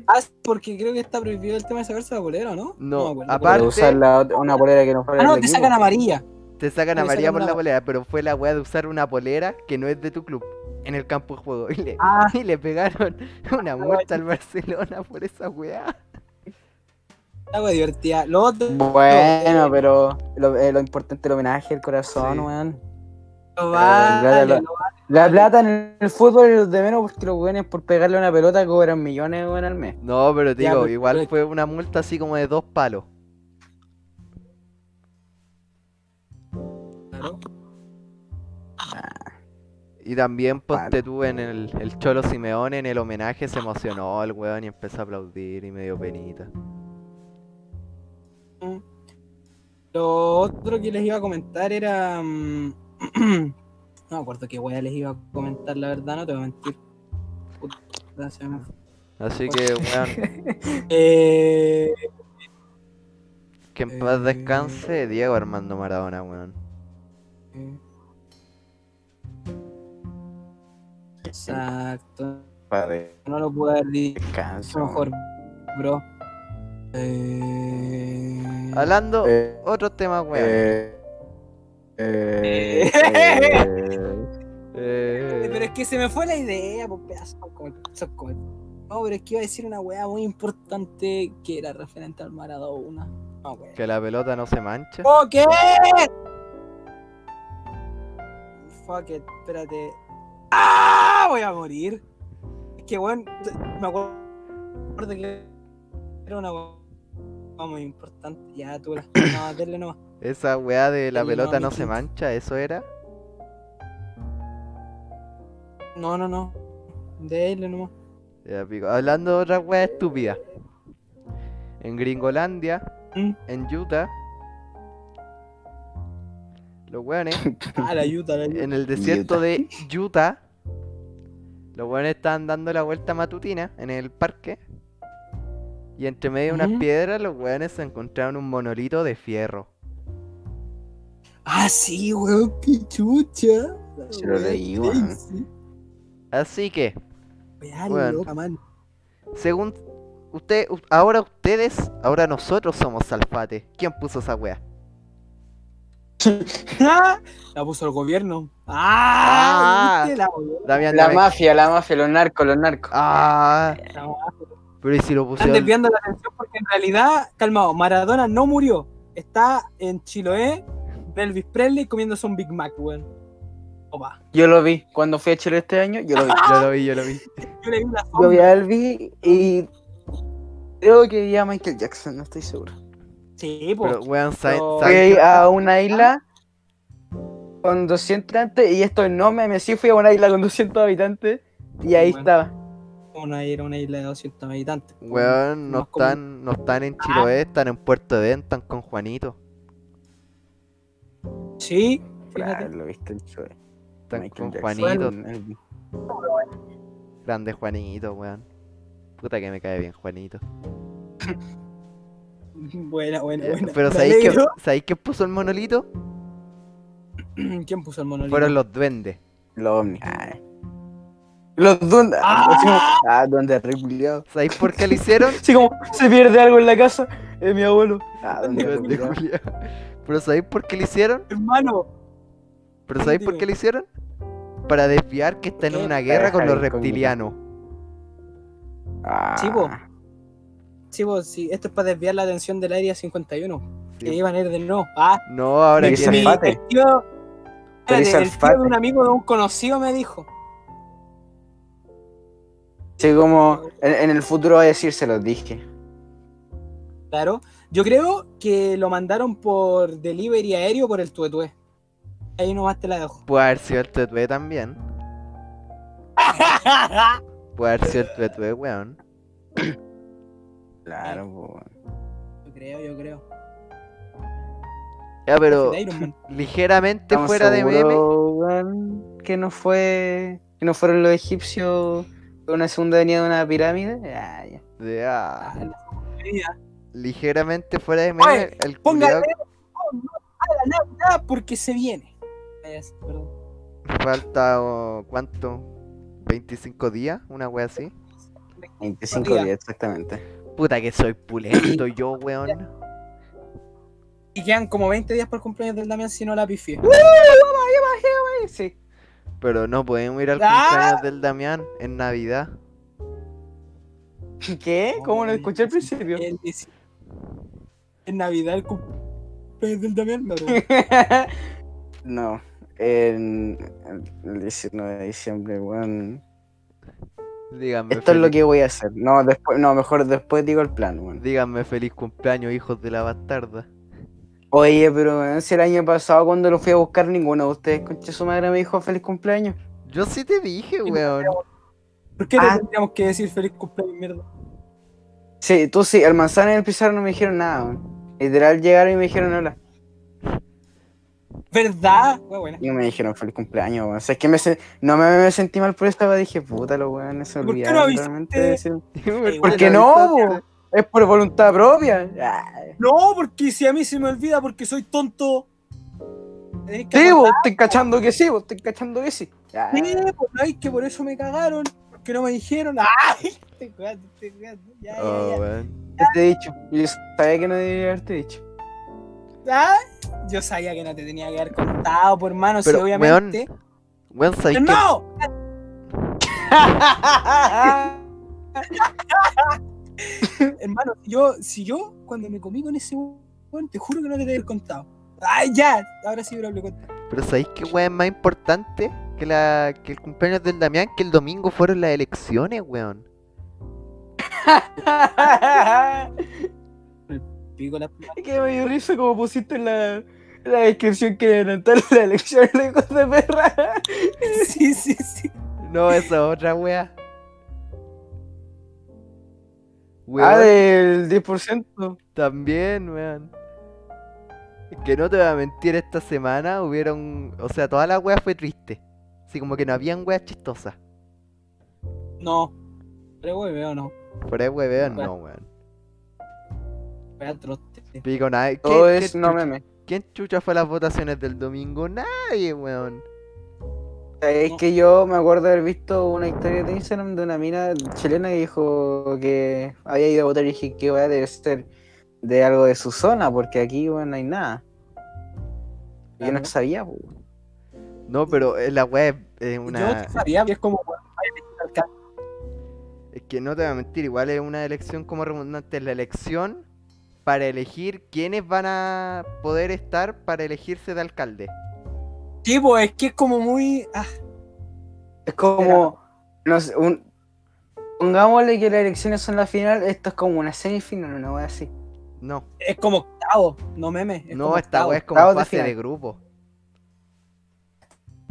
Ah, sí, porque creo que está prohibido el tema de sacarse la bolera, ¿o ¿no? No, me acuerdo. aparte- De usar la ot- una polera que no fuera Ah, no, del te equipo. sacan amarilla. Te sacan Le a María sacan por la- la polera, pero fue la weá de usar una polera que no es de tu club en el campo de juego. Y le, Ah, y le pegaron una multa al Barcelona por esa weá. la wea divertida. Lo otro. Bueno, pero lo, eh, lo importante es el homenaje, el corazón, Sí. weón. No vale, la- no La plata en el fútbol es lo de menos porque los weones por pegarle una pelota cobran millones weón, al mes. No, pero te Ya, digo, pero- igual pero- fue una multa así como de dos palos. vale. Y también Palo. ponte tú en el, el Cholo Simeone en el homenaje se emocionó el weón y empezó a aplaudir y medio penita. Lo otro que les iba a comentar era. mm, no me acuerdo qué wea les iba a comentar, la verdad, no te voy a mentir. Puta, se me fue. Así que weón, Eh, que en paz Eh. descanse Diego Armando Maradona, weón. Exacto. Padre, No lo pude haber dicho descanso. mejor, bro. Eh, Oh, Hablando Eh, otro tema, weón. eh, eh, eh, Eh. Pero es que se me fue la idea, por pedazo. como- sos como- No, pero es que iba a decir una weá muy importante que era referente al Maradona. No, weá. Que la pelota no se mancha. Fuck it. Fuck it, espérate. ¡Ah! Voy a morir. Es que, weón, t- me acuer- me acuerdo que era una weá muy importante. Ya, tú la. No, dale nomás. Esa weá de la Oye, pelota mami, no se ¿qué? mancha, eso era. No, no, no. Dale nomás. Ya, pico. Hablando de otra weá estúpida. En Gringolandia, Mm. en Utah, los weones Ah, la ayuda, la ayuda. en el desierto de Utah, los weones estaban dando la vuelta matutina en el parque. Y entre medio de unas ¿Ya? piedras, los weones se encontraron un monolito de fierro. Ah, sí, weón, qué chucha. Se lo leí, Weá, weón. sí. Así que, Weá, Weón. loca, man. según usted, u- ahora ustedes, ahora nosotros somos Salfate. ¿Quién puso esa weá? La puso el gobierno. ¡Ah! Ah. ¿viste? La weá. Damián, La Damián. mafia, la mafia, los narcos, los narcos. Ah, La weá. pero ¿y si lo Están pusieron? desviando la atención porque en realidad, calmado, Maradona no murió. Está en Chiloé, Elvis Presley comiéndose un Big Mac, weón. Opa. Yo lo vi. Cuando fui a Chile este año, yo lo vi. Yo lo vi, yo lo vi. Yo le vi la Yo vi sombra. a Elvis y creo que vi a Michael Jackson, no estoy seguro. Sí, po. Pero weón, ¿saben- Pero- saben Fui qué- a una isla con 200 habitantes y esto es no me sí fui a una isla con 200 habitantes y ahí Bueno. estaba. Una, era una isla de 200 habitantes. Weón, no Más común. Ah. están, no están en Chiloé, están en Puerto Edén, están con Juanito. Sí, Claro, fíjate. lo viste el show. Están Michael con Jackson. Juanito. Bueno, Elvis. Grande Juanito, weón. Puta que me cae bien Juanito. Buena, buena, Eh, buena. Pero Me ¿sabéis que, alegro. ¿sabéis quién puso el monolito? ¿Quién puso el monolito? Fueron los duendes. Los ovnis. Ay. Los dundas. Ah. Ah, donde reculeado. ¿Sabéis por qué lo hicieron? Así como se pierde algo en la casa, es mi abuelo. Ah, donde Duende reculeado. culiao. Pero ¿sabéis por qué lo hicieron? Hermano, ¿Pero sabéis por Dime. qué lo hicieron? Para desviar que está en ¿Qué? una guerra con los Ay, con- reptilianos. Ah. Chivo. chivo, sí, esto es para desviar la atención del área 51. Sí. Que iban a ir de nuevo. Ah, No, ahora Me que dice viene- Alfate. el tío, Pero espérate, es el tío alfate. de un amigo de un conocido me dijo. Sí, como en, en el futuro va a decir, se los dije. Claro. Yo creo que lo mandaron por delivery aéreo por el tuetué. Ahí nomás te la dejo. Puede haber sido el tuetue también. Puede haber sido el tuetue, weón. Claro, po. Yo creo, yo creo. Ya, pero Es el Iron Man. ligeramente Estamos fuera de meme. seguros, weón, Que no fue. Que no fueron los egipcios con una segunda venida de una pirámide. Ah, ya. de- ah, Ah, la seguridad. ligeramente fuera de meme. Oye, el Póngale culiao no a la Navidad porque se viene. Ah, ya, sí, perdón. falta, oh, ¿cuánto? ¿25 días? Una wea así. 25 Diga. días, exactamente. Puta que soy pulento yo, weón. Y quedan como 20 días para el cumpleaños del Damián si no la pifié. Sí. Pero no podemos ir al Ah. cumpleaños del Damián en Navidad. ¿Qué? ¿Cómo lo Ay, escuché al principio? El 10 En Navidad el cumpleaños del Damián. No, no. en el 19 de diciembre, weón. Díganme, Mm, Esto es lo feliz- que voy a hacer. No, después, no, mejor después digo el plan, weón. díganme feliz cumpleaños, hijos de la bastarda. Oye, pero weón, si el año pasado cuando lo fui a buscar, ninguno de ustedes, concha su madre, me dijo feliz cumpleaños. Yo sí te dije, no weón. ¿Por qué le Ah. tendríamos que decir feliz cumpleaños, mierda? Sí, tú sí, el manzano y el pizarro no me dijeron nada, weón. Literal llegaron y me dijeron hola. ¿Verdad? Muy buena. Y no me dijeron feliz cumpleaños, weón. O sea, es que me sen- no me, me sentí mal por esta, weón. Dije, puta, los weones se ¿Por qué olvidaron no avisaste? realmente de decir- ¿Por qué no, bo? Es por voluntad propia. Ah, No, porque si a mí se me olvida porque soy tonto. Tenéis que Sí, acordar- vos estoy cachando que sí, vos estoy cachando que sí. Ah, Sí, pues, no, es que por eso me cagaron, porque no me dijeron. ¡Ay! Te cagaste, te cagaste. Ya, Oh, ya, ya. weón. ¿qué te he este dicho. Yo sabía que no debía haberte dicho. Ah, Yo sabía que no te tenía que haber contado, por hermano, sí, Pero, obviamente. Weón, ¿sabes qué? ¡No! Hermano, yo, si yo, cuando me comí con ese weón, te juro que no te tenía que haber contado. ¡Ay, ya! Ahora sí me lo hablé contado. Pero ¿sabéis qué weón es más importante que, la, que el cumpleaños del Damián? Que el domingo fueron las elecciones, weón. Pico la que me dio risa como pusiste en la, en la descripción que adelantaron la elección de hijos de perra. Sí, sí, sí. No, esa otra wea. Weón, Ah, del 10%. también, weón. Es Que no te voy a mentir, esta semana hubieron. O sea, toda la wea fue triste. Así como que no habían weas chistosas. No. Pero güey, veo no. Por ahí, weón, Bueno. no, weón. Fue atroz, te- Pico, nadie. Todo ¿quién- Oh, es quién no chucha- meme. ¿Quién chucha fue a las votaciones del domingo? Nadie, weón. Es que yo me acuerdo haber visto una historia de Instagram de una mina chilena que dijo que había ido a votar y dije que vaya debe ser de algo de su zona, porque aquí bueno, no hay nada. Yo no Claro. sabía, po. No, pero eh, la web es una. Yo sabía que es como. weón, ay, me está alca- Es que no te voy a mentir, igual es una elección como redundante, es la elección para elegir quiénes van a poder estar para elegirse de alcalde. Sí, pues, es que es como muy. Ah, Es como, no sé, un, pongámosle que las elecciones son la final, esto es como una semifinal, una wea así. No, es como octavo, no memes. es no, como esta octavo. weá es como Octavos de fase de, final. grupo.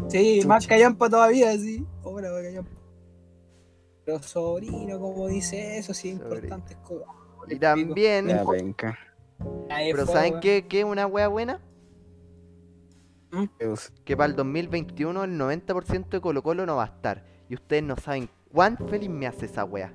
Sí, Chucha. más callampa todavía, sí. Ahora va callampa. Pero sobrino, como dice eso, sí, es Sobrino. importante. co- Ah, Y Pico. también, La penca. Ahí pero fue, ¿saben weón. qué, qué es una wea buena? Dios. Que para el 2021 el 90% de Colo Colo no va a estar. Y ustedes no saben cuán feliz me hace esa wea.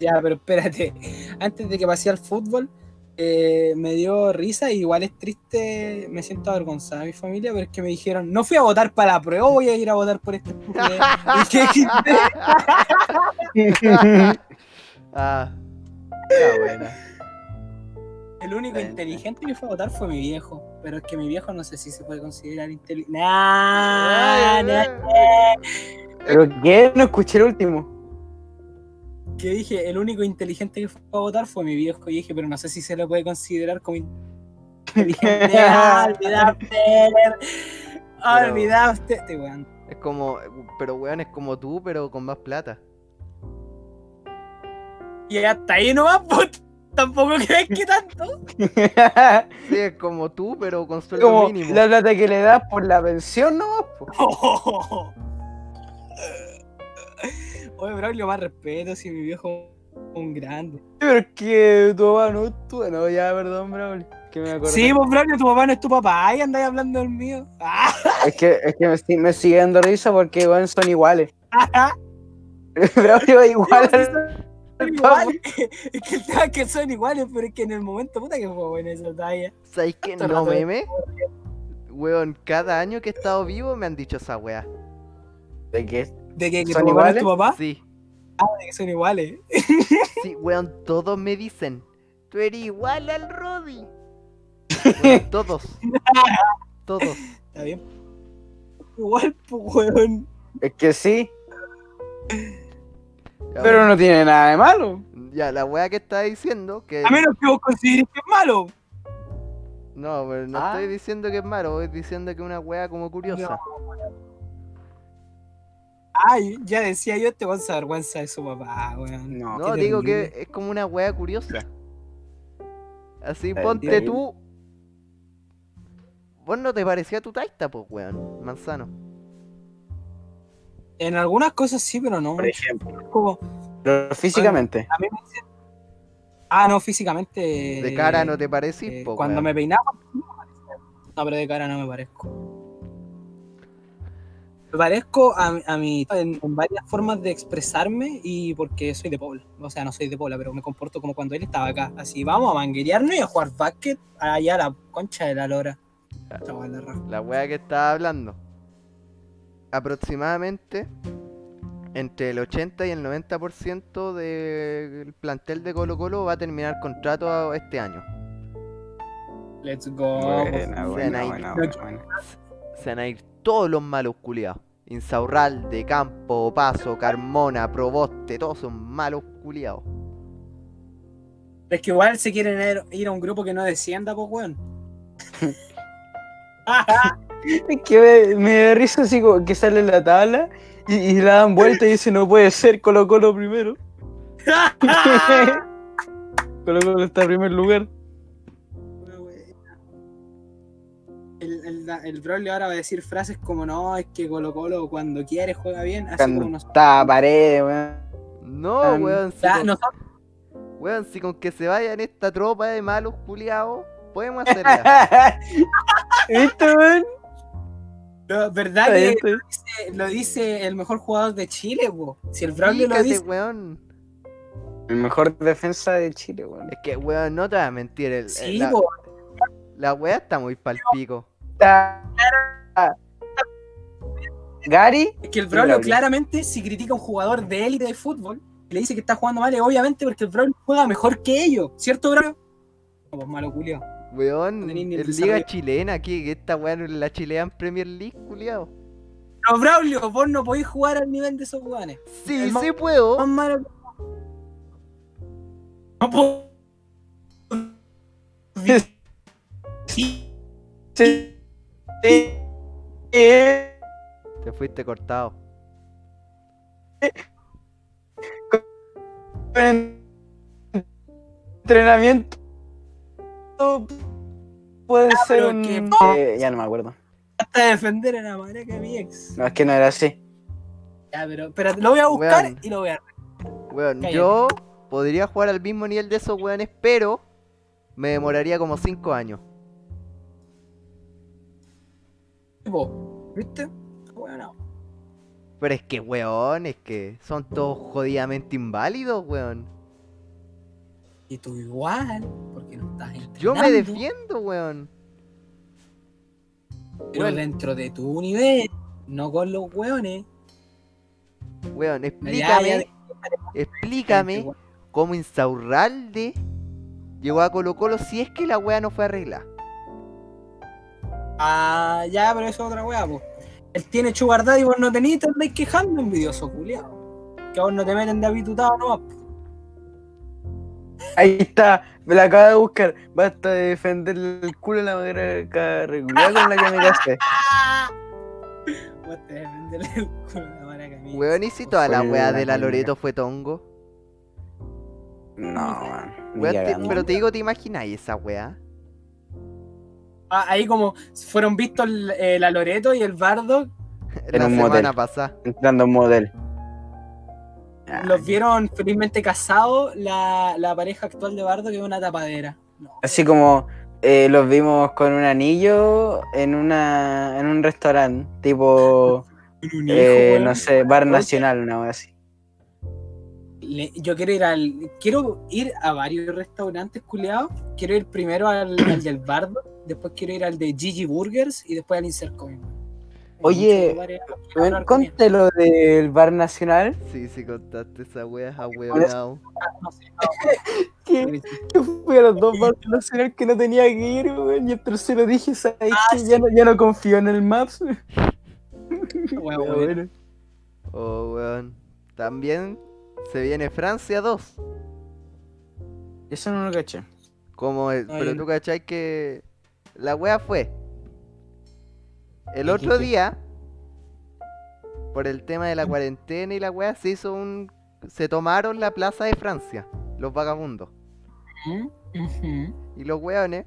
Ya, pero espérate. Antes de que pasé al fútbol, eh, me dio risa. y Igual es triste, me siento avergonzada de mi familia, pero es que me dijeron: No fui a votar para la prueba, voy a ir a votar por este. estupidez". Y que- que- Ah, era buena. El único Bueno. inteligente que fue a votar fue mi viejo. Pero es que mi viejo no sé si se puede considerar inteligente. Ah, Ay, Pero que no escuché el último. Que dije, el único inteligente que fue a votar fue mi viejo. Y dije, pero no sé si se lo puede considerar como inteligente. ah, olvidaste. Ah, Pero- olvidaste. Te weón. Es como, pero weón, es como tú, pero con más plata. Y hasta ahí no va, pues. Tampoco crees que tanto. Sí, es como tú, pero con sueldo como mínimo. la plata que le das por la pensión, no, po. Oye, Braulio, más respeto si mi viejo es un grande. Pero es que tu papá no es tu- No, ya, perdón, Braulio. Que me acordé. Sí, pues Braulio, tu papá no es tu papá. Ay, andáis hablando del mío. Ah, es que, es que me, si- me sigue dando risa porque weón, son iguales. ah, Braulio es igual. Sí, al- son iguales. Es que el tema es que son iguales, pero es que en el momento, puta que fue buena esa talla. ¿Sabes qué? Harto No rato de- meme. Weón, cada año que he estado vivo me han dicho esa weá. ¿De qué? ¿De que, que ¿Son tu papá no iguales? es tu papá? Sí, De que son iguales. sí, weón, todos me dicen. Tú eres igual al Roddy. Weón, todos. Todos. Está bien. Igual, pues, weón. Es que sí, Ya, pero weón. no tiene nada de malo. Ya, la weá que estaba diciendo que. A menos que vos consideres que es malo. No, pero no Ah. estoy diciendo que es malo, estoy diciendo que es una wea como curiosa. Ay, ya decía yo, este te vas a vergüenza de su papá, weón. No. No, qué digo terrible. que es como una wea curiosa. Así, Está ponte bien. tú. Vos no te parecía tu taita, pues, weón, manzano. En algunas cosas sí, pero no. por ejemplo. Como, Pero físicamente. a mí me dicen- Ah, no, físicamente. De cara no te parecís, eh, po, Cuando weón. me peinaba, sí me parecía. no, pero de cara no me parezco. Me parezco a, a mi. En, en varias formas de expresarme y porque soy de Pobla. O sea, no soy de Pobla, pero me comporto como cuando él estaba acá. Así, vamos a manguerearnos y a jugar básquet allá a la concha de la lora. Esta weá es la raja. La wea que estaba hablando. Aproximadamente entre el 80 y el 90% del plantel de Colo Colo va a terminar contrato a- este año. Let's go. Buena, buena, ahí. buena, buena, buena. Se van a ir todos los malos culiados. Insaurralde, Campo, Paso, Carmona, Proboste, todos son malos culiados. Pero es que igual se quieren er- ir a un grupo que no descienda, pues, weón. Es que me, me da risa así como que sale la tabla y, y la dan vuelta y dice no puede ser Colo Colo primero. Colo Colo está en primer lugar. El, el, da- el Broly ahora va a decir frases como no, es que Colo Colo cuando quiere juega bien, así como Cuando nos... está a pared, weón. Ah, No, Um, weón, si Ya, con, nosotros- weón, si con que se vayan esta tropa de malos culiados, podemos hacerla. ¿Viste, weón? lo- ¿Verdad Está que bien, está bien. dice- lo dice el mejor jugador de Chile, po? Si el Broly lo Fíjate, dice, weón. El mejor defensa de Chile, weón. Es que, weón, no te vas a mentir. El, sí, eh, la, po. la weá está muy palpico. Está... Gary, Es que el Braulio Braulio. claramente si critica a un jugador de élite de fútbol, le dice que está jugando mal, es obviamente porque el Braulio juega mejor que ellos, ¿cierto Braulio? No, pues malo culiao. Weón, No tenéis ni el en desarrollo. Liga Chilena, aquí, que esta weá no es la chilean Premier League, culiao. Pero Braulio, vos no podés jugar al nivel de esos jugadores. Sí, El ma- sí puedo. Más malo que- No puedo. Sí. Sí. Sí. Eh, Te fuiste cortado. en entrenamiento puede Ah, ser pero un... que- Eh, ya no me acuerdo. Hasta defender a la madre que mi ex. No, es que no era así. Ya, pero, pero lo voy a buscar Weón. y lo voy a Weón, Cállate. yo podría jugar al mismo nivel de esos weones, pero me demoraría como 5 años. tipo. ¿Viste? Bueno, Pero es que, weón, es que son todos jodidamente inválidos, weón. y tú igual, porque no estás Yo me entrenando. defiendo, weón. Pero Bueno. dentro de tu nivel, no con los hueones. Weón, Ya, ya, explícame, explícame weón. cómo Insaurralde llegó a Colo Colo si es que la weá no fue arreglada. Ah, ya, pero eso es otra weá, po. Él tiene sugar daddy y vos no tenés, te andáis quejando, envidioso culiao. Que a vos no te meten de habitutado nomás. po. Ahí está, me la acabo de buscar. Basta de defender el culo de la manera regular con la que me casé. Vos te defendés el culo de la maraca mía. Weón, y si toda la Fue weá la de la primera. Loreto fue tongo. No, man. ni Weón, te- cagando. pero te digo, ¿te imagináis esa weá? Ah, ahí como fueron vistos el- eh, la Loreto y el Bardo, La un semana motel. pasada. Entrando en model. Ah, los vieron felizmente casados, la, la pareja actual de Bardo que es una tapadera. No. Así como eh, los vimos con un anillo en una en un restaurante, tipo, Un eh, weón. no sé, bar nacional, una cosa así. Le- yo quiero ir al. Quiero ir a varios restaurantes culeados. Quiero ir primero al, al del Bardo, después quiero ir al de Gigi Burgers y después al Insercoin. Oye, Weón, Conte lo del bar nacional. Sí, sí, contaste esa wea, a que Yo fui a los dos bares nacional que no tenía que ir, weón, y el tercero dije, ¿sabes Ah, qué? Ya, no, ya no confío en el Maps. Pero bueno. Oh, weón. También se viene Francia 2. Eso no lo caché. Como el- No, yo pero no. tú cachai que La wea fue. El ¿Y otro qué- qué? día, por el tema de la cuarentena y la wea, se hizo un. Se tomaron la plaza de Francia, los vagabundos. Y los weones,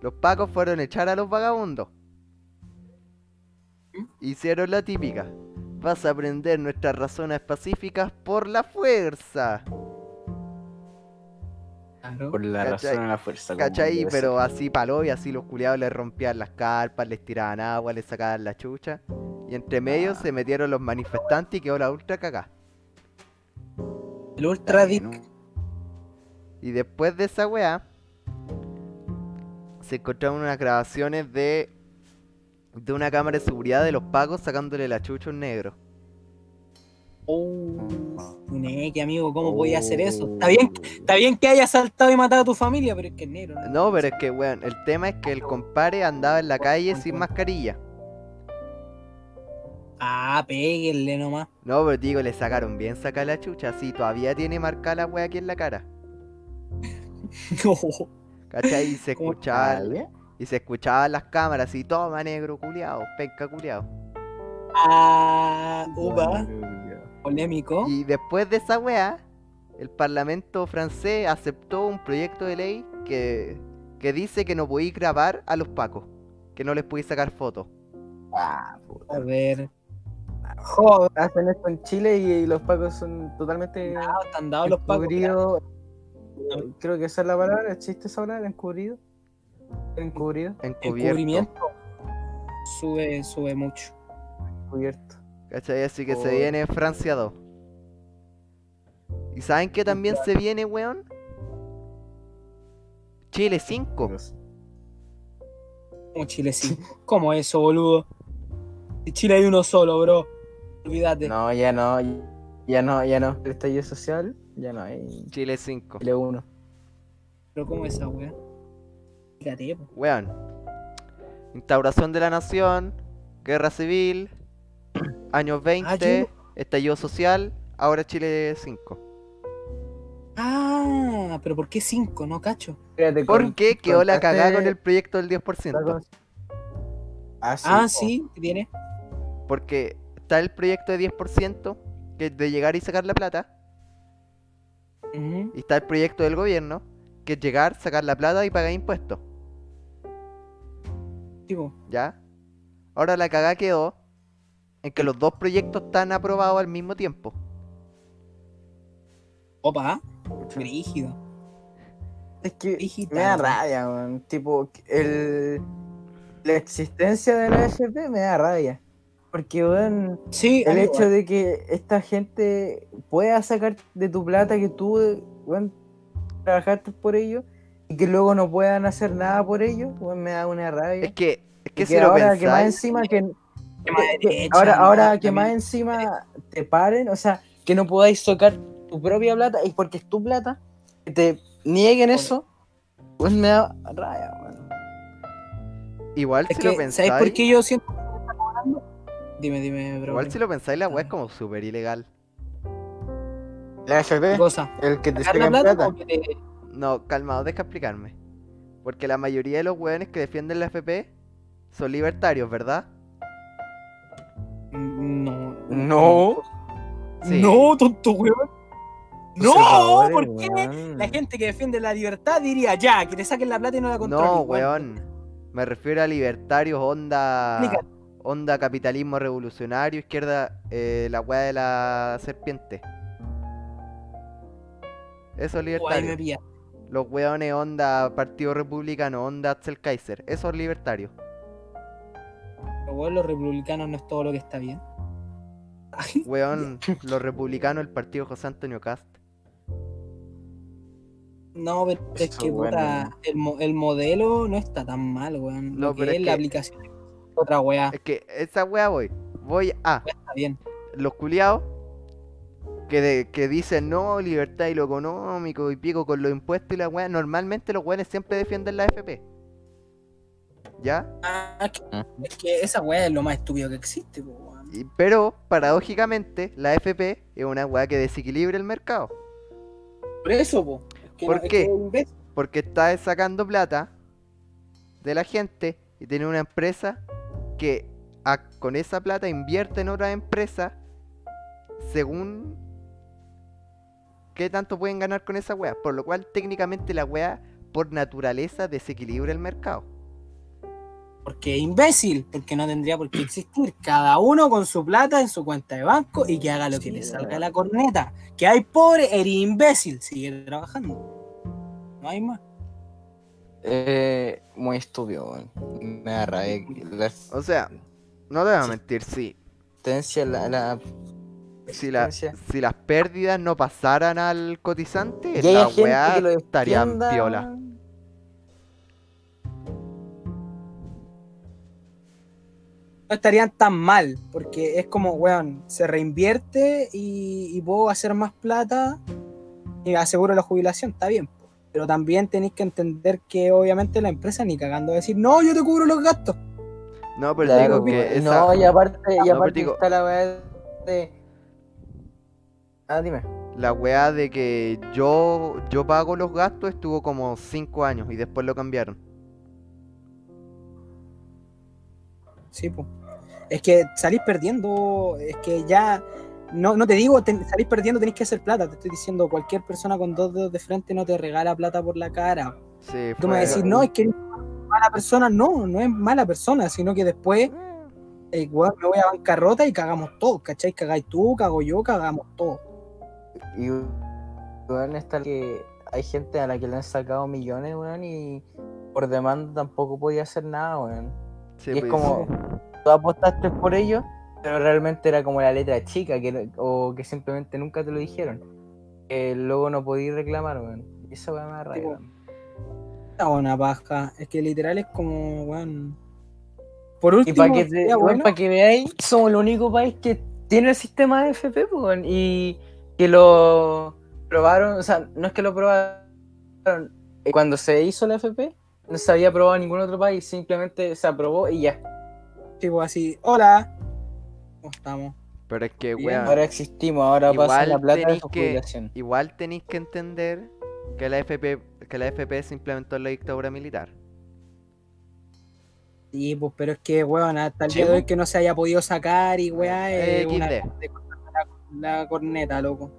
los pacos fueron a echar a los vagabundos. ¿Mm? Hicieron la típica. Vas a aprender nuestras razones pacíficas por la fuerza. Claro. Por la ¿Cachai? razón de la fuerza. como ¿Cachai? debe ser. Pero así palo y así los culiados les rompían las carpas, les tiraban agua, les sacaban la chucha. Y entre medio se metieron los manifestantes y quedó la ultra cagá. El ultra Está bien, Y después de esa weá, se encontraron unas grabaciones de de una cámara de seguridad de los pacos sacándole la chucha a un negro. Oh, que amigo, ¿cómo Oh. podía hacer eso? Está bien, oh, está bien que haya saltado y matado a tu familia, pero es que es negro. ¿no? No, pero es que weón, el tema es que el compadre andaba en la calle sin mascarilla. Ah, péguenle nomás. No, pero digo, le sacaron bien saca la chucha, sí, todavía tiene marcada la weá aquí en la cara. ¿Cachai? Y se ¿Cómo? escuchaba, ¿Vale? y se escuchaban las cámaras y toma negro culiao, penca culiao. Ah, oh, uva, polémico. Y después de esa weá, el parlamento francés aceptó un proyecto de ley que, que dice que no podéis grabar a los pacos, que no les podéis sacar fotos. Ah, puta. A ver, Joder, Hacen esto en Chile y, y los pacos son totalmente ah, están dados los pacos. encubridos. Creo que esa es la palabra, el chiste esa palabra, encubrido. Encubrido, Encubierto. Encubrimiento sube, sube mucho. encubierto. ¿Cachai? Así que se Por- viene Francia 2. ¿Y saben qué también se viene, weón? Chile 5. Como Chile sí. ¿Cómo eso, boludo? En Chile hay uno solo, bro. Olvídate. No, ya no, ya no, ya no. El estallido social, ya no hay Chile 5. Chile 1. Pero ¿cómo esa weá? Fíjate, po. Weón. Instauración de la nación, guerra civil, años 20, Chile. estallido social, ahora Chile 5. Ah, pero ¿por qué cinco? No cacho. Fíjate, ¿Por con- qué quedó la cagada con contaste- el proyecto del 10%? Ah, sí. ah, sí, ¿qué tiene? Porque está el proyecto de 10%, que es de llegar y sacar la plata, Ujú. y está el proyecto del gobierno, que es llegar, sacar la plata y pagar impuestos. Sí, po. ¿Ya? Ahora la cagada quedó en que los dos proyectos están aprobados al mismo tiempo. Opa, rígido. Es que Hijita, me da weón. rabia, weón. Tipo, el... la existencia de la AFP me da rabia. Porque, weón, Sí, el amigo, hecho de que esta gente pueda sacar de tu plata que tú, weón, trabajaste por ello y que luego no puedan hacer nada por ello, weón, me da una rabia. Es que, es que Y si que lo ahora que más pensáis, encima que que más que- derecha, ahora, ¿no? ahora que También. más encima te paren, o sea, que no podáis sacar tu propia plata, y porque es tu plata, que te nieguen eso, pues me da raya, weón. igual Es si que, lo ¿Sabes por pensáis, qué yo siento que me está cobrando? Dime, dime, bro. igual si lo pensáis, la weá es como súper ilegal. La ¿Qué FP, cosa? el que te ¿Sacar la plata, o que te- No, calmado, deja explicarme. Porque la mayoría de los weones que defienden la FP son libertarios, ¿verdad? No. No. Sí. No, tonto weón. No, ¿por qué? La gente que defiende la libertad diría ya, que te saquen la plata y no la controlen. Oh, No, igual. weón. Me refiero a libertarios, onda. Explícate. Onda capitalismo revolucionario, izquierda, eh, la weá de la serpiente. Eso es Oh, ahí libertario. me pilla. Los weones, onda Partido Republicano, onda Axel Kaiser. Eso es libertario. Pero, weón, los republicanos no es todo lo que está bien. Ay, Weón, los republicanos, el partido José Antonio Cast. No, pero es Eso, que weón, puta, el, mo- el modelo no está tan mal, weón. No, Lo que pero es, es la que- aplicación es otra weá, Es que esa weá voy. Voy a está bien. los culiados que, de- que dicen no, libertad y lo económico y pico con los impuestos y la weá. Normalmente los weones siempre defienden la FP. ¿Ya? Ah, es, que, es que esa weá es lo más estúpido que existe, po, weón. Y- Pero, paradójicamente, la FP es una weá que desequilibra el mercado. Por eso, po. Es que ¿Por no- es qué? que es imbécil. Porque está sacando plata de la gente y tener una empresa que a- con esa plata invierte en otra empresa según qué tanto pueden ganar con esa wea. Por lo cual técnicamente la wea por naturaleza desequilibra el mercado. Porque imbécil, porque no tendría por qué existir. Cada uno con su plata en su cuenta de banco y que haga lo que Sí, le la salga verdad. la corneta. Que hay pobre, eres imbécil, sigue trabajando. No hay más. Eh, muy estúpido, weón. Me da eh, rabia. La O sea, no te voy a mentir, sí. existencia, la. la... Si, la- existencia. si las pérdidas no pasaran al cotizante, Y hay la gente wea que lo estaría en defienda. piola. No estarían tan mal, porque es como, weón, se reinvierte y, y puedo hacer más plata y aseguro la jubilación, está bien. po. Pero también tenéis que entender que obviamente la empresa ni cagando va a decir, no, yo te cubro los gastos. No, pero Claro, digo pues, que esa- No, y aparte, y No, aparte pero digo- está la weá de. Ah, dime. la wea de que yo, yo pago los gastos estuvo como 5 años y después lo cambiaron. Sí, pues. Es que salís perdiendo, es que ya, no, no te digo, ten- salís perdiendo, tenés que hacer plata, te estoy diciendo, cualquier persona con dos dedos de frente no te regala plata por la cara. Sí, Tú me vas a fue- decir, no, es que eres mala persona, no, no es mala persona, sino que después, eh, weón, me voy a bancarrota y cagamos todos, ¿cachai? Cagáis tú, cago yo, cagamos todos. Y weón, está que hay gente a la que le han sacado millones, weón, y por demanda tampoco podía hacer nada, weón. sí, y es pues, como, tú apostaste por ello, pero realmente era como la letra chica, que, no- o que simplemente nunca te lo dijeron. Que luego no podías reclamar, weón. Y Esa weá me da rabia, Sí, weón. Está una paja, es que literal es como, weón. Por Y último, para que, te- sería weón, bueno- pa' que veáis, somos el único país que tiene el sistema de FP, po, weón, y que lo probaron, o sea, no es que lo probaron, eh, cuando se hizo la FP, no se había probado en ningún otro país, simplemente se aprobó y ya. tipo así, hola, ¿cómo estamos? Pero es que, Bien, weón, Ahora existimos, ahora pasa Igual la plata de tenéis su que- jubilación. igual tenéis que entender que la FP, que la FP se implementó en la dictadura militar. Sí, pues, pero es que, weón, hasta el Sí, día de pues. hoy que no se haya podido sacar y, weá, Eh, es una XD. de cortar la, la corneta, loco.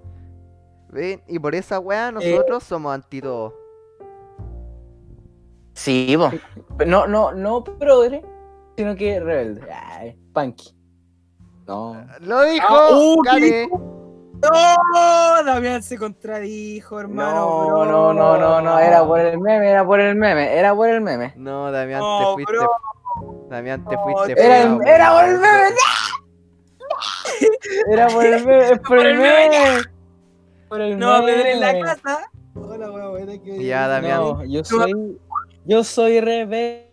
¿Ven? Y por esa wea nosotros somos anti todo. Sí, po. no, no, no progre, sino que rebelde. Ay, punky. No. ¡Lo dijo! Ah, uh, ¿qué Gané. ¡No! Damián se contradijo, hermano. No, bro. no, no, no, no, era por el meme, era por el meme, era por el meme. No, Damián, No, te fuiste. Damián, te No, fuiste. Era, feo, el- era por el weón. meme. ¡no! Era por el meme, es por Por el el meme. meme. Por el No, meme. Pedro en la casa. Hola, weón, era que. Ya, Damián. No, yo soy yo soy rebelde.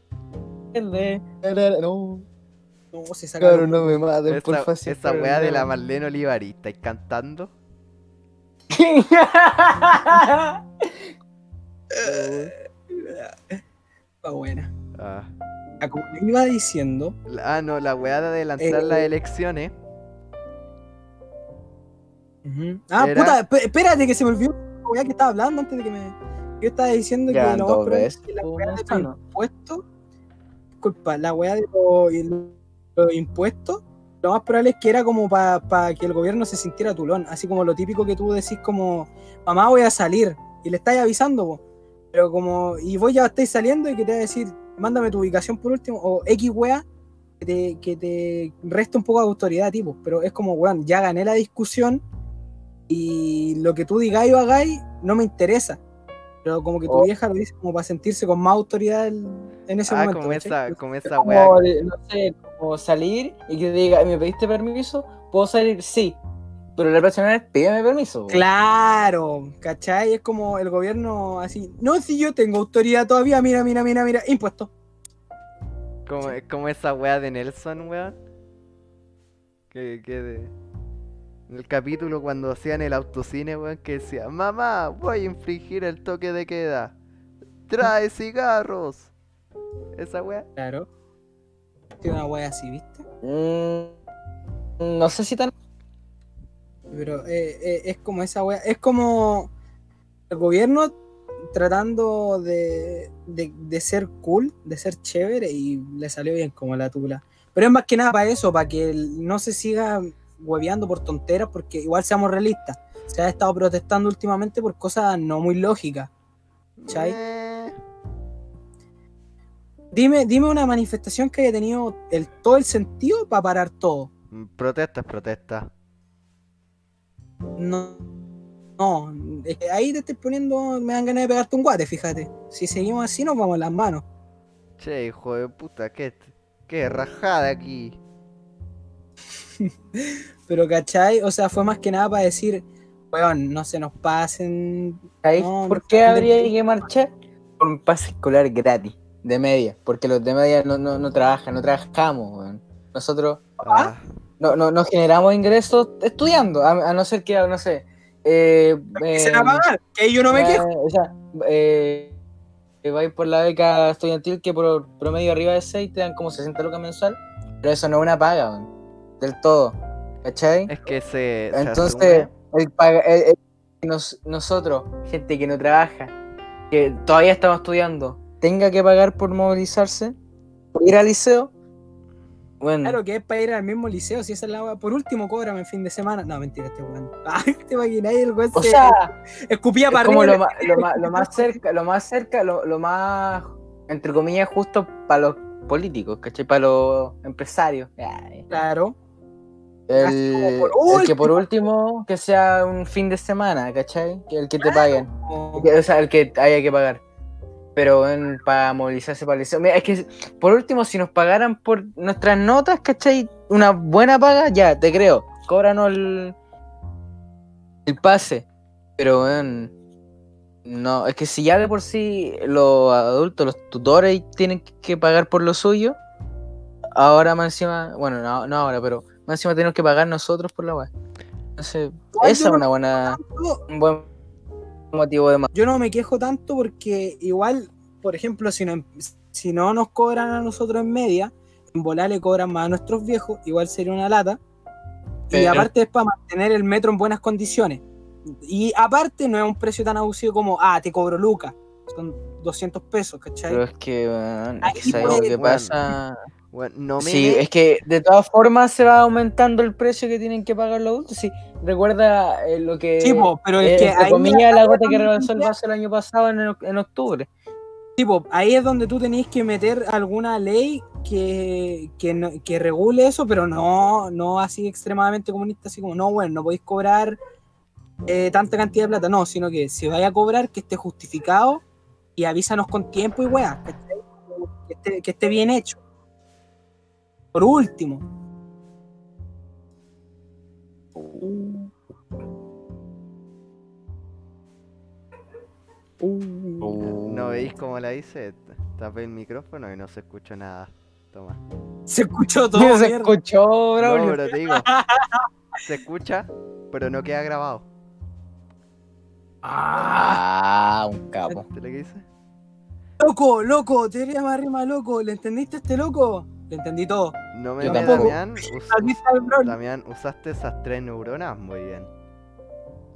No, No, se claro, sacaron. no me maten, por Esa, favor. esa wea de la Marlene Olivari, ¿estáis cantando? Está buena. Ah. Ya, Como le iba diciendo, La- Ah, no, la weá de adelantar Eh, las elecciones. Ujú. Ah, Era- puta, esp- espérate que se me olvidó la weá que estaba hablando antes de que me. Yo estaba diciendo Ya, que lo más dos probable es ¿eh? veces. que la weá de los impuestos. Disculpa, la weá de los los impuestos. Lo más probable es que era como para que el gobierno se sintiera tulón. Así como lo típico que tú decís, como, mamá, voy a salir. Y le estáis avisando, vos. Pero como, y vos ya estáis saliendo y que te va a decir, mándame tu ubicación por último, o X weá, que te, que te resta un poco de autoridad, tipo. Pero es como, weón, ya gané la discusión y lo que tú digáis o hagáis no me interesa. Pero como que tu Oh. vieja lo dice como para sentirse con más autoridad el- en ese Ah, momento. como ¿cachai? esa, como esa wea. Como, de- no sé, como salir y que te diga, ¿me pediste permiso? ¿Puedo salir? Sí. Pero la próxima vez pídeme permiso. Claro, ¿cachai? Es como el gobierno así. No, si yo tengo autoridad todavía, mira, mira, mira, mira, impuesto. Como, como esa wea de Nelson, weón. Que, que de- En el capítulo cuando hacían el autocine, weón, que decía, mamá, voy a infringir el toque de queda. Trae cigarros. Esa wea. Claro. Tiene una wea así, ¿viste? Mm, no sé si tan. Pero eh, eh, es como esa wea. Es como el gobierno tratando de, de, de ser cool, de ser chévere y le salió bien como la tula. Pero es más que nada para eso, para que el- no se siga hueveando por tonteras, porque igual seamos realistas. Se ha estado protestando últimamente por cosas no muy lógicas. ¿Cachai? Eh, Dime, dime una manifestación que haya tenido el, todo el sentido para parar todo. mm, Protesta, es protesta. No, no, es que ahí te estoy poniendo, me dan ganas de pegarte un guate, fíjate. Si seguimos así nos vamos las manos. Che, hijo de puta, qué, qué rajada aquí. Pero, ¿cachai? O sea, fue más que nada para decir, weón, no se nos pasen. ¿Sabéis No, ¿Por no qué entiendo. habría que marchar? Por un pase escolar gratis, de media. Porque los de media no, no, no trabajan, no trabajamos, weón. Nosotros Ah, no, no, no generamos ingresos estudiando, a, a no ser que, no sé. Eh, Que eh, se va a pagar, que yo no me eh, quejo. O sea, eh, que vais por la beca estudiantil que por promedio arriba de 6 te dan como 60 lucas mensual. Pero eso no es una paga, weón, Del todo. ¿Cachai? es que se. se Entonces, asume- el paga- el- el- nos- nosotros, gente que no trabaja, que todavía estamos estudiando, tenga que pagar por movilizarse, por ir al liceo. Bueno, Claro que es para ir al mismo liceo, si esa es la weá. Por último, cóbrame en fin de semana. No, mentira, este weón. Ay, te imagináis el weón o se sea, escupía es para como arriba. lo, ma- lo ma- lo más cerca, lo más cerca, lo, lo más, entre comillas, justo para los políticos, ¿cachai? Para los empresarios. Ay. Claro. Así El, como por el que por último, que sea un fin de semana, ¿cachai? Que el que te paguen. como- Que- O sea, el que haya que pagar. Pero para movilizarse para el liceo. Mira, es que por último, si nos pagaran por nuestras notas, ¿cachai? Una buena paga, ya, te creo. Cóbranos el, el pase. Pero, weón, no, es que si ya de por sí los adultos, los tutores tienen que pagar por lo suyo, ahora más encima, bueno, no, no ahora, pero más encima tenemos que pagar nosotros por la weá. Entonces, Igual esa yo es no- una buena, un buen motivo de más. yo no me quejo tanto porque igual, por ejemplo, si no, em, si no nos cobran a nosotros en media, en volar le cobran más a nuestros viejos, igual sería una lata. Y Pero- aparte es para mantener el metro en buenas condiciones. Y aparte no es un precio tan abusivo como, ah, te cobro lucas, son 200 pesos, ¿cachai? Pero es que, weón, es Ahí que ¿sabes lo puede- ¿eh? que Bueno, pasa? Bueno, no me. Sí, es que de todas formas se va aumentando el precio que tienen que pagar los adultos. Sí, recuerda eh, lo que. Sí, po, pero es eh, que entre ahí, comillas, la gota que rebalsó el ya- vaso el año pasado en, el- en octubre. sí, po, ahí es donde tú tenéis que meter alguna ley que, que, no- que regule eso, pero no, no así extremadamente comunista, así como, no, bueno, no podéis cobrar eh, tanta cantidad de plata, no, sino que si vaya a cobrar, que esté justificado y avísanos con tiempo y weá, ¿cachai? que esté, que esté bien hecho. Por último, ¿No veis cómo la hice? Tapé el micrófono y no se escuchó nada. Toma. se escuchó todo. No se mierda. escuchó, No, Braulio. pero te digo. Se escucha, pero no queda grabado. Ah, un capo. ¿Viste lo que hice? Loco, loco, teoría más rima, loco, ¿le entendiste a este loco? Le entendí todo. No me Yo digas, tampoco. Damián. us- Así us- está el Braulio. Damián, usaste esas tres neuronas muy bien.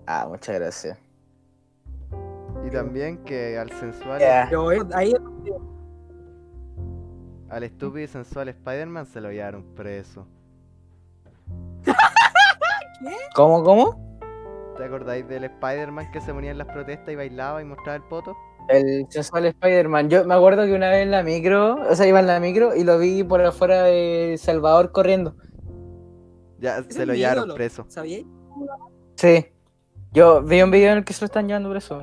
Ah, muchas gracias. Y también que al sensual, Ya. Pero eh, ahí al estúpido y sensual Spider-Man se lo llevaron preso. ¿Cómo, cómo? ¿Te acordáis del Spider-Man que se ponía en las protestas y bailaba y mostraba el poto? El sensual Spider-Man. Yo me acuerdo que una vez en la micro, o sea, iba en la micro y lo vi por afuera de Salvador corriendo. Ya, Ese se es lo mi llevaron ídolo. preso. ¿sabíais? Sí. Yo vi un video en el que se lo están llevando preso.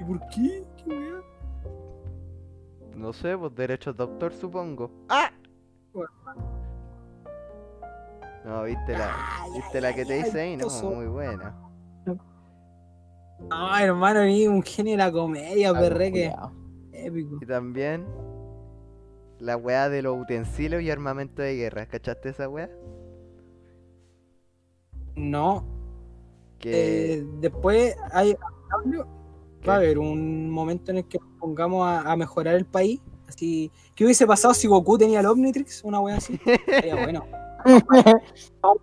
¿Y por qué? ¿Qué weá? No sé, pues derechos de autor supongo. ¡Ah! Bueno. No, viste la, Ay, viste ay, la ay, que te ay, hice ahí, no, toso. muy buena. No, hermano, ni un genio de la comedia, Ah, perre, que culiao. épico. Y también la weá de los utensilios y armamento de guerra. ¿Cachaste esa weá? No, Que eh, después hay, ¿Qué? va a haber un momento en el que pongamos a, a mejorar el país. Así, ¿Qué hubiese pasado si Goku tenía el Omnitrix? Una wea así. Estaría bueno. otro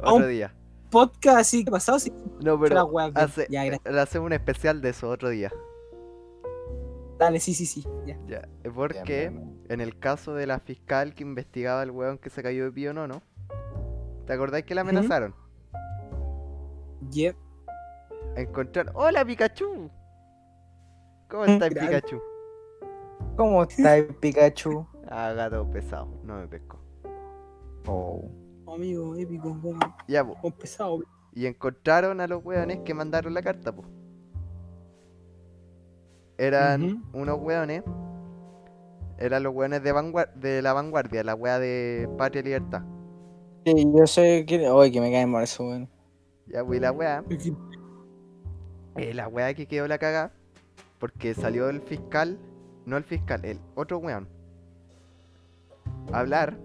aún- día. podcast así que pasado, sí, No, oh, la pero wea, bien. hace, Ya, gracias. le hacemos un especial de eso otro día. Dale, sí, sí, sí. Ya. Ya. Porque bien. en el caso de la fiscal que investigaba al weón que se cayó de pío no, ¿no? ¿Te acordáis que la Ujú. amenazaron? Yep. Encontraron. ¡Hola, Pikachu! ¿Cómo está Gran- Pikachu? ¿Cómo está el Pikachu? Ah, gato pesado, no me pesco. Oh. Amigo, épico, weón. Ya, po. Weón pesado. weón. Y encontraron a los weones que mandaron la carta, po. Eran Ujú. unos weones. Eran los weones de, vanguar- de la vanguardia, la wea de Patria y Libertad. Sí, yo sé que. Ay, que me cae mal eso, weón. Ya, pues, y la wea. Es que- eh, la wea que quedó la cagada. Porque salió el fiscal. No el fiscal, el otro weón. a Hablar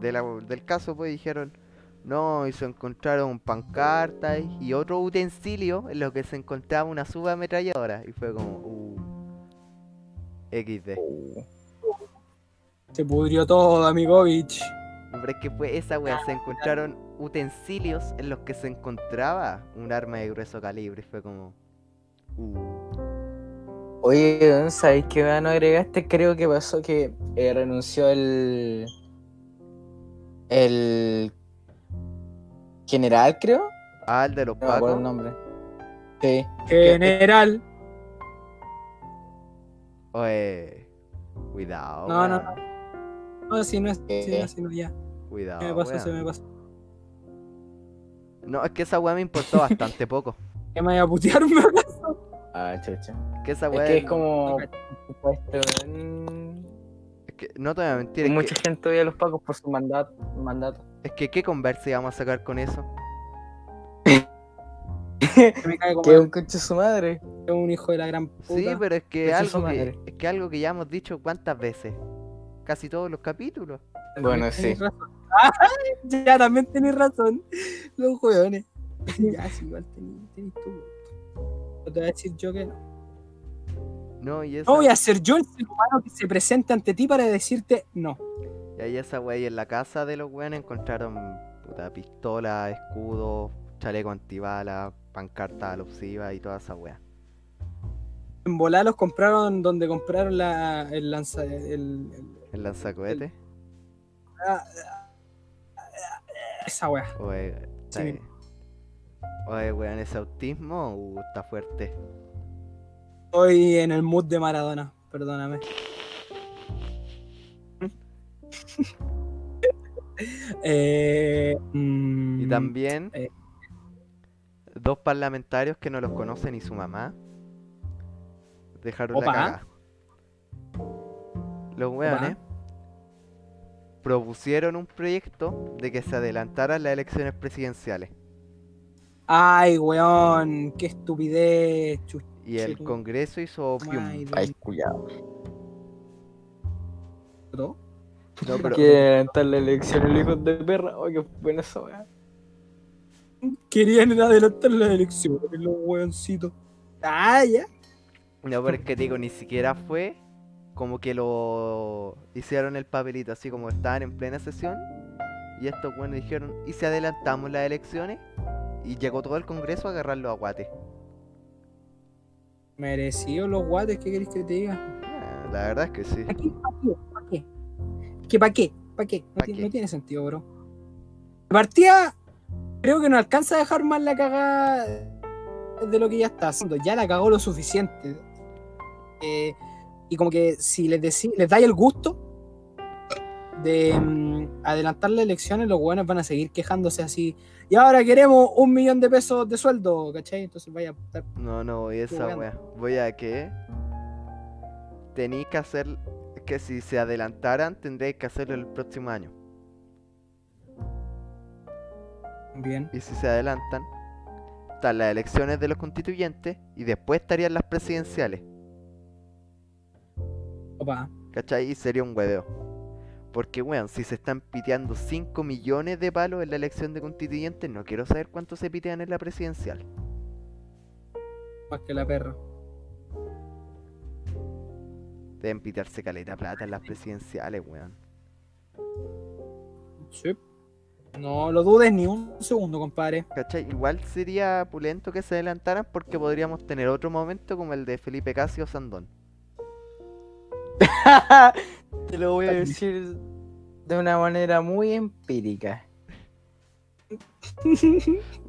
de la- del caso, pues dijeron. No, y se encontraron pancartas y otro utensilio en lo que se encontraba una subametralladora. Y fue como. Uh, XD. Se pudrió todo, amigovich. Hombre, es que fue esa wea. Se encontraron utensilios en los que se encontraba un arma de grueso calibre. Y fue como. Uh. Oye, weón, ¿sabes qué weón no agregaste? Creo que pasó que eh, renunció el. El. General, creo. Ah, el de los No me acuerdo pacos. el nombre. Sí. General. Oye, cuidado. No, no, weón, No, si no es. Si no, si no, ya. Cuidado. Se me pasó, se weón. me pasó. No, es que esa weá me importó bastante poco. Que me vaya a putear, me voy Ah, chucha. Que esa Es weá. que es no- como. a- Pues, weón, es que- no te voy a mentir. Es, Mucha que, gente odia a los pacos por su mandato. mandato. es que qué conversa íbamos a sacar con eso. que me cae como Que es un conche su madre. Es un hijo de la gran puta. Sí, pero es que Concha algo su que, madre. es que algo que ya hemos dicho cuántas veces. Casi todos los capítulos. Bueno, Tenés sí. razón. ya también tenés razón. Los hueones. ya, sí, igual tenés, tenés tu gusto. No te voy a decir yo que no. No, y esa, No voy a ser yo el ser humano que se presente ante ti para decirte no. y ahí esa weá y en la casa de los weones encontraron puta pistola, escudo, chaleco antibala, pancarta alusiva y toda esa weá. En volar los compraron donde compraron la, el lanza. El, el- El lanzacohete. esa wea. Oye, está Sí. bien. Oye, weón, ese autismo uh, está fuerte. Estoy en el mood de Maradona, perdóname. Eh, Y mm, también eh. dos parlamentarios que no los conocen y su mamá dejaron Opa. la cagada. Los weones propusieron un proyecto de que se adelantaran las elecciones presidenciales. Ay, weón, qué estupidez. chucha, Y el Chuta. Congreso hizo opium. madre. Ay, cuidado. ¿No? No, pero- Quiere adelantar la elección el hijo de perra. Oye, qué buena esa weá. Querían adelantar las elecciones, los weoncitos. Ah, ya. No, pero es que te digo, ni siquiera fue como que lo hicieron el papelito, así como estaban en plena sesión. Y estos buenos dijeron, ¿y si adelantamos las elecciones? Y llegó todo el Congreso a agarrarlo a guate. Merecido los guates, ¿qué querés que te diga? Ah, La verdad es que sí. Aquí, ¿para qué? ¿Para qué? Es que ¿Para qué? ¿Para qué? No, ¿Pa' ti- qué? no tiene sentido, bro. De Partida, creo que no alcanza a dejar más la cagada de lo que ya está haciendo. Ya la cagó lo suficiente. Eh, y como que si les, decí- les dais el gusto de mm, adelantar las elecciones, los buenos van a seguir quejándose así. Y ahora queremos un millón de pesos de sueldo, ¿cachai? Entonces vaya a estar No, no voy a esa Jugando. wea. Voy a que. Tenéis que hacer. Que si se adelantaran, tendréis que hacerlo el próximo año. bien. Y si se adelantan, están las elecciones de los constituyentes y después estarían las presidenciales. Opa. ¿Cachai? Y sería un hueveo. Porque, weón, si se están piteando 5 millones de palos en la elección de constituyentes, no quiero saber cuánto se pitean en la presidencial. Más que la perra. Deben pitearse caleta plata en las presidenciales, weón. Sí. No lo dudes ni un segundo, compadre. ¿Cachai? Igual sería pulento que se adelantaran porque podríamos tener otro momento como el de Felipe Casio Sandón. Te lo voy a decir de una manera muy empírica.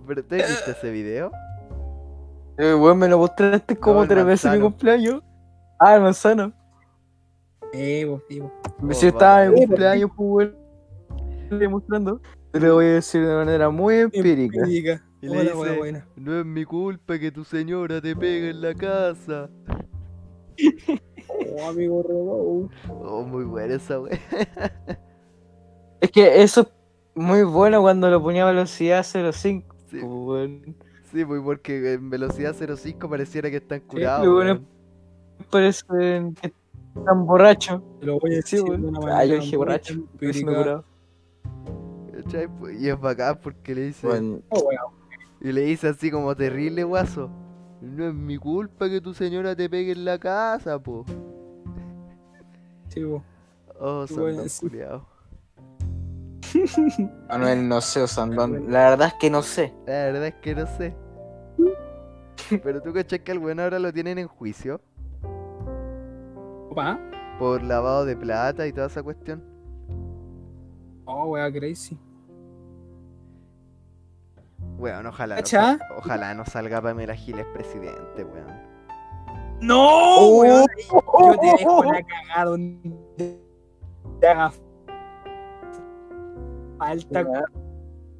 ¿Pero te viste ese video? Eh, weón, me lo mostraste No, como el tres veces en mi manzano. cumpleaños. Ah, el manzano. Eh, vos, sí, vos. Me Oh, si estaba en mi vale. cumpleaños, pues, weón. Le mostrando. Te lo voy a decir de manera muy empírica. Empírica. Y le Hola, dice, buena, buena. no es mi culpa que tu señora te pegue en la casa. Oh, amigo Rodolfo. Oh, muy buena esa wea. Es que eso es muy bueno cuando lo ponía a velocidad 05, Sí, pues, weón. sí, pues porque en velocidad 05 pareciera que están curados. lo bueno es weón. Parece que tan borracho. Te lo voy a decir Sí, de una bueno. manera Ah, yo dije muy borracho, pero se me empírica. curaba. ¿Cachai? Pues, Y es bacán porque le dice, Bueno, Oh, weón. y le dice así como terrible guaso. No es mi culpa que tu señora te pegue en la casa, po. Sí, vos. Oh, Qué buena, Sandón sí. culiao. Manuel, no sé, Osandón. La verdad es que no sé. La verdad es que no sé. Pero tú cachai que al bueno ahora lo tienen en juicio Opa. por lavado de plata y toda esa cuestión. Oh, weón, crazy. Weón, ojalá. No, ¿Cacha? sal- ojalá no salga Pamela Giles presidente, weón. ¡No! Oh, weón, ahí oh, yo te dejo oh, la cagada donde te haga falta.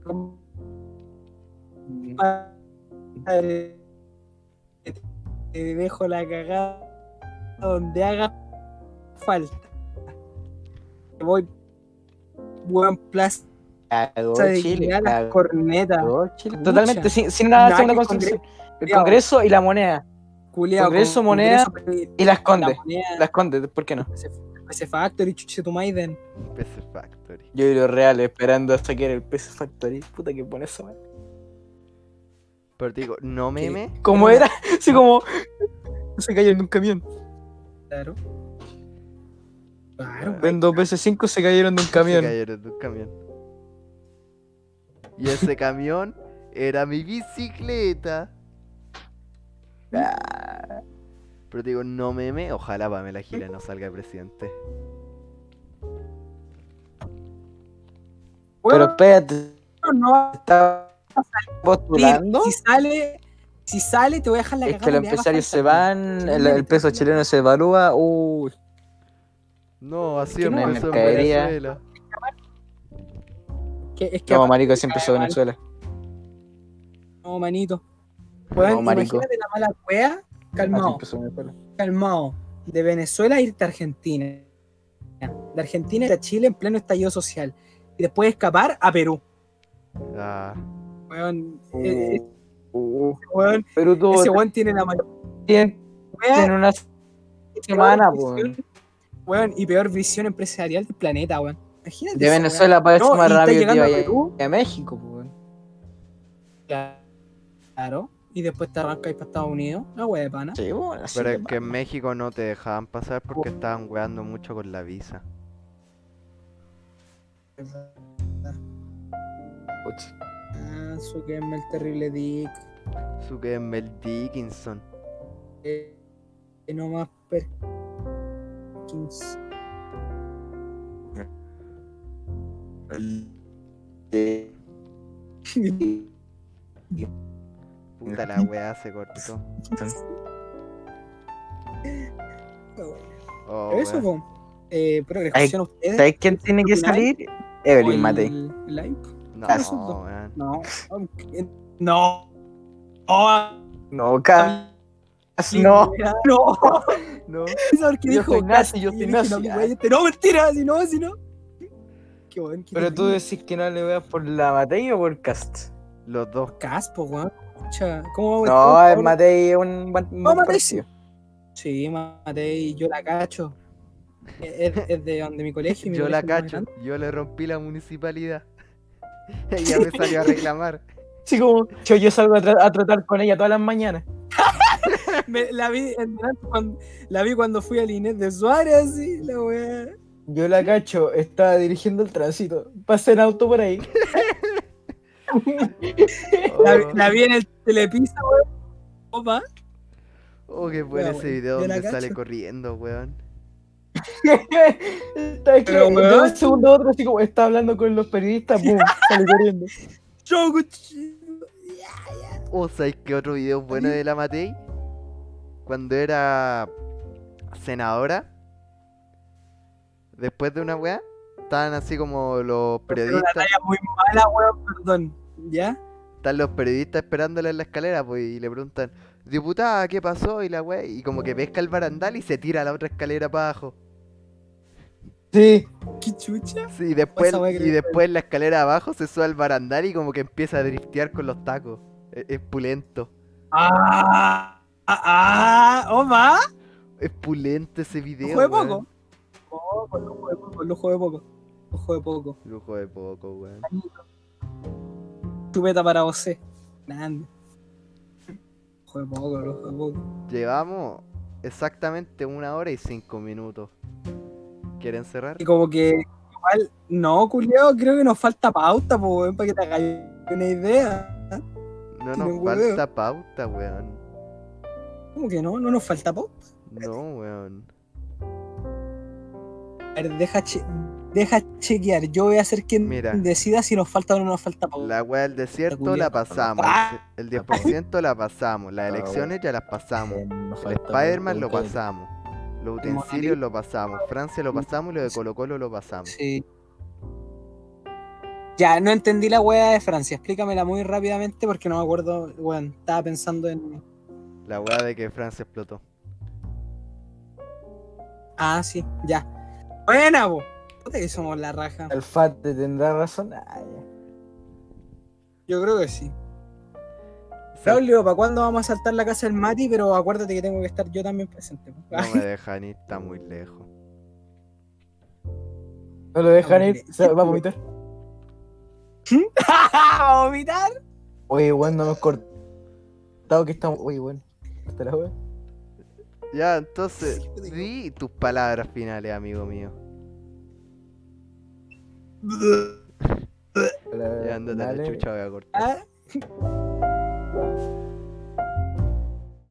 compadre. Te dejo la cagada donde haga falta. Me voy, weón, plaza Cagó de Oh, Chile. Oh. Dignidad, las cagó cornetas. Chile. Mucha. Totalmente, sin, sin una Nada segunda que constitución. El Culeado. Congreso y la moneda. Culeado, Congreso, con- moneda, Congreso, Y las la condes. moneda, Las condes, ¿por qué no? ese factory, chuche tu maiden. PC Factory. Yo y los reales esperando hasta que era el PC Factory. Puta que pone eso, man. Pero te digo, no meme. Como era, así como. Se cayó en un camión. Claro. Claro. En dos veces cinco se cayeron de un Se camión. cayeron de un camión. Y ese camión era mi bicicleta. Pero te digo, no meme, ojalá Pamela Giles no salga presidente. Pero Bueno, espérate, no ¿estaba postulando? Si sale, si sale, te voy a dejar la Es cagada. que los donde haga empresarios falta, se van, el, el peso chileno se evalúa. uh, Uy, No, así que no, empezó en mercadería. Venezuela. weón. Que- es que no, marico, siempre soy Venezuela. no, manito. Weón, No, marico. imagínate la mala wea. Calmado, Ah, Siempre soy Venezuela. calmado. De Venezuela irte a Argentina. De Argentina irte a Chile en pleno estallido social. Y después escapar a Perú. Ah, Weón, eh, eh, Uh, uh. weón, Pero tú ese weón tiene la mala tienes wea. una Peor semana, visión- pues. weón, y peor visión empresarial del planeta, weón. Imagínate. De esa Venezuela para No, eso más y está rápido, tío, llegando a Perú. ahí a México, pues. weá. Claro. Y después te arrancas para Estados Unidos. La wea de pana. Sí, bueno, así pero que es que en México no te dejaban pasar porque estaban weando mucho con la visa. va, pucha. Ah, su que el terrible dick. Su que es Mel Dickinson. Eh, que no más Perkins. Puta la weá se cortó. Oh, Eso, weón. po. Eh, progresión ustedes. ¿Sabes quién tiene que salir? Evelyn ¿O Matei. el live? eso, po. No, weón. No. aunque- No. No. No, ca- Ah, No, No. No. Eso porque Yo dijo soy nazi, yo soy casi, dije, no, nazi, mi ah. güey, este, no, mentira, si no, si no. Qué bueno, qué pero tú terrible. decís que no le veas por la Matei o por Cast. Los dos. Caspo, weón. Escucha, ¿cómo No, vamos a el estar ahora? Matei es un buen un buen Matei partido. Sí, Matei, yo la cacho. Es, es- es de donde mi colegio. y mi Yo la colegio es más cacho. grande. Yo le rompí la municipalidad. Ella me salió a reclamar. Sí, como yo, yo salgo a, tra- a tratar con ella todas las mañanas. Me- la, vi en- cuando, la vi cuando fui al Inés de Suárez, y la weá. Yo la cacho, estaba dirigiendo el tránsito. Pasé en auto por ahí. La, Oh, la vi en el telepisa, weón. Opa. oh, qué bueno Ya, ese weón, video yo la donde sale cacho. corriendo, weón. Está aquí, Pero, de weón. un segundo a otro, así como está hablando con los periodistas, pum, sale corriendo. Choguchi. O Oh, ¿sabes qué otro video bueno de la Matei? Cuando era senadora, después de una weá, estaban así como los Pero la periodistas, talla muy mala, weón, perdón. ¿Ya? están los periodistas esperándola en la escalera, pues, y le preguntan, diputada, ¿qué pasó? Y la weá, y como que pesca el barandal y se tira a la otra escalera para abajo. Sí. ¿Qué chucha? Sí, y después, Esa weá creo y que- después en la escalera abajo se sube al barandal y como que empieza a driftear con los tacos. E-, Es, es pulento. Ah, ah, ah, Oma. Es pulento ese video. Lujo de weón. poco. Poco, lujo de poco, lujo de poco. Lujo de poco. Lujo de poco, weón. Chupeta para José. Grande. Lujo de poco, lujo de poco. Llevamos exactamente una hora y cinco minutos. ¿Quieren cerrar? Y como que igual, no, culiao, creo que nos falta pauta, po, weón, para que te hagáis una idea. No no, nos weón. falta pauta, weón. ¿Cómo que no? ¿No nos falta pauta? No, weón. A ver, deja, che- deja chequear. Yo voy a hacer quien Mira. decida si nos falta o no nos falta pauta. La weá del desierto la culiao. pasamos. Oh. Ah. El 10% la pasamos. Las Ah, elecciones ya las pasamos. No El falta Spider-Man lo pregunta de- pasamos. Los El utensilios lo pasamos. Francia lo pasamos y lo de Colo Colo lo pasamos. Sí. Ya, no entendí la wea de Francia. Explícamela muy rápidamente porque no me acuerdo. Weón, estaba pensando en. La weá de que Francia explotó. Ah, sí, ya. Buena, po. Puta que somos la raja. El FAT te tendrá razón. Ah, ya. Yo creo que sí. Sí, Braulio, ¿para cuándo vamos a saltar la casa del Mati? Pero acuérdate que tengo que estar yo también presente. po. No me dejan ir, está muy lejos. No lo dejan ir, se va a vomitar. ¿Hm? ¿A vomitar? Oye, weón, no hemos cortado que estamos. Oye, weón. Hasta la wea. Ya, entonces, di tus palabras finales, amigo mío. Hasta la- Ya, andate a la Dale. chucha, voy a cortar. ¿Ah?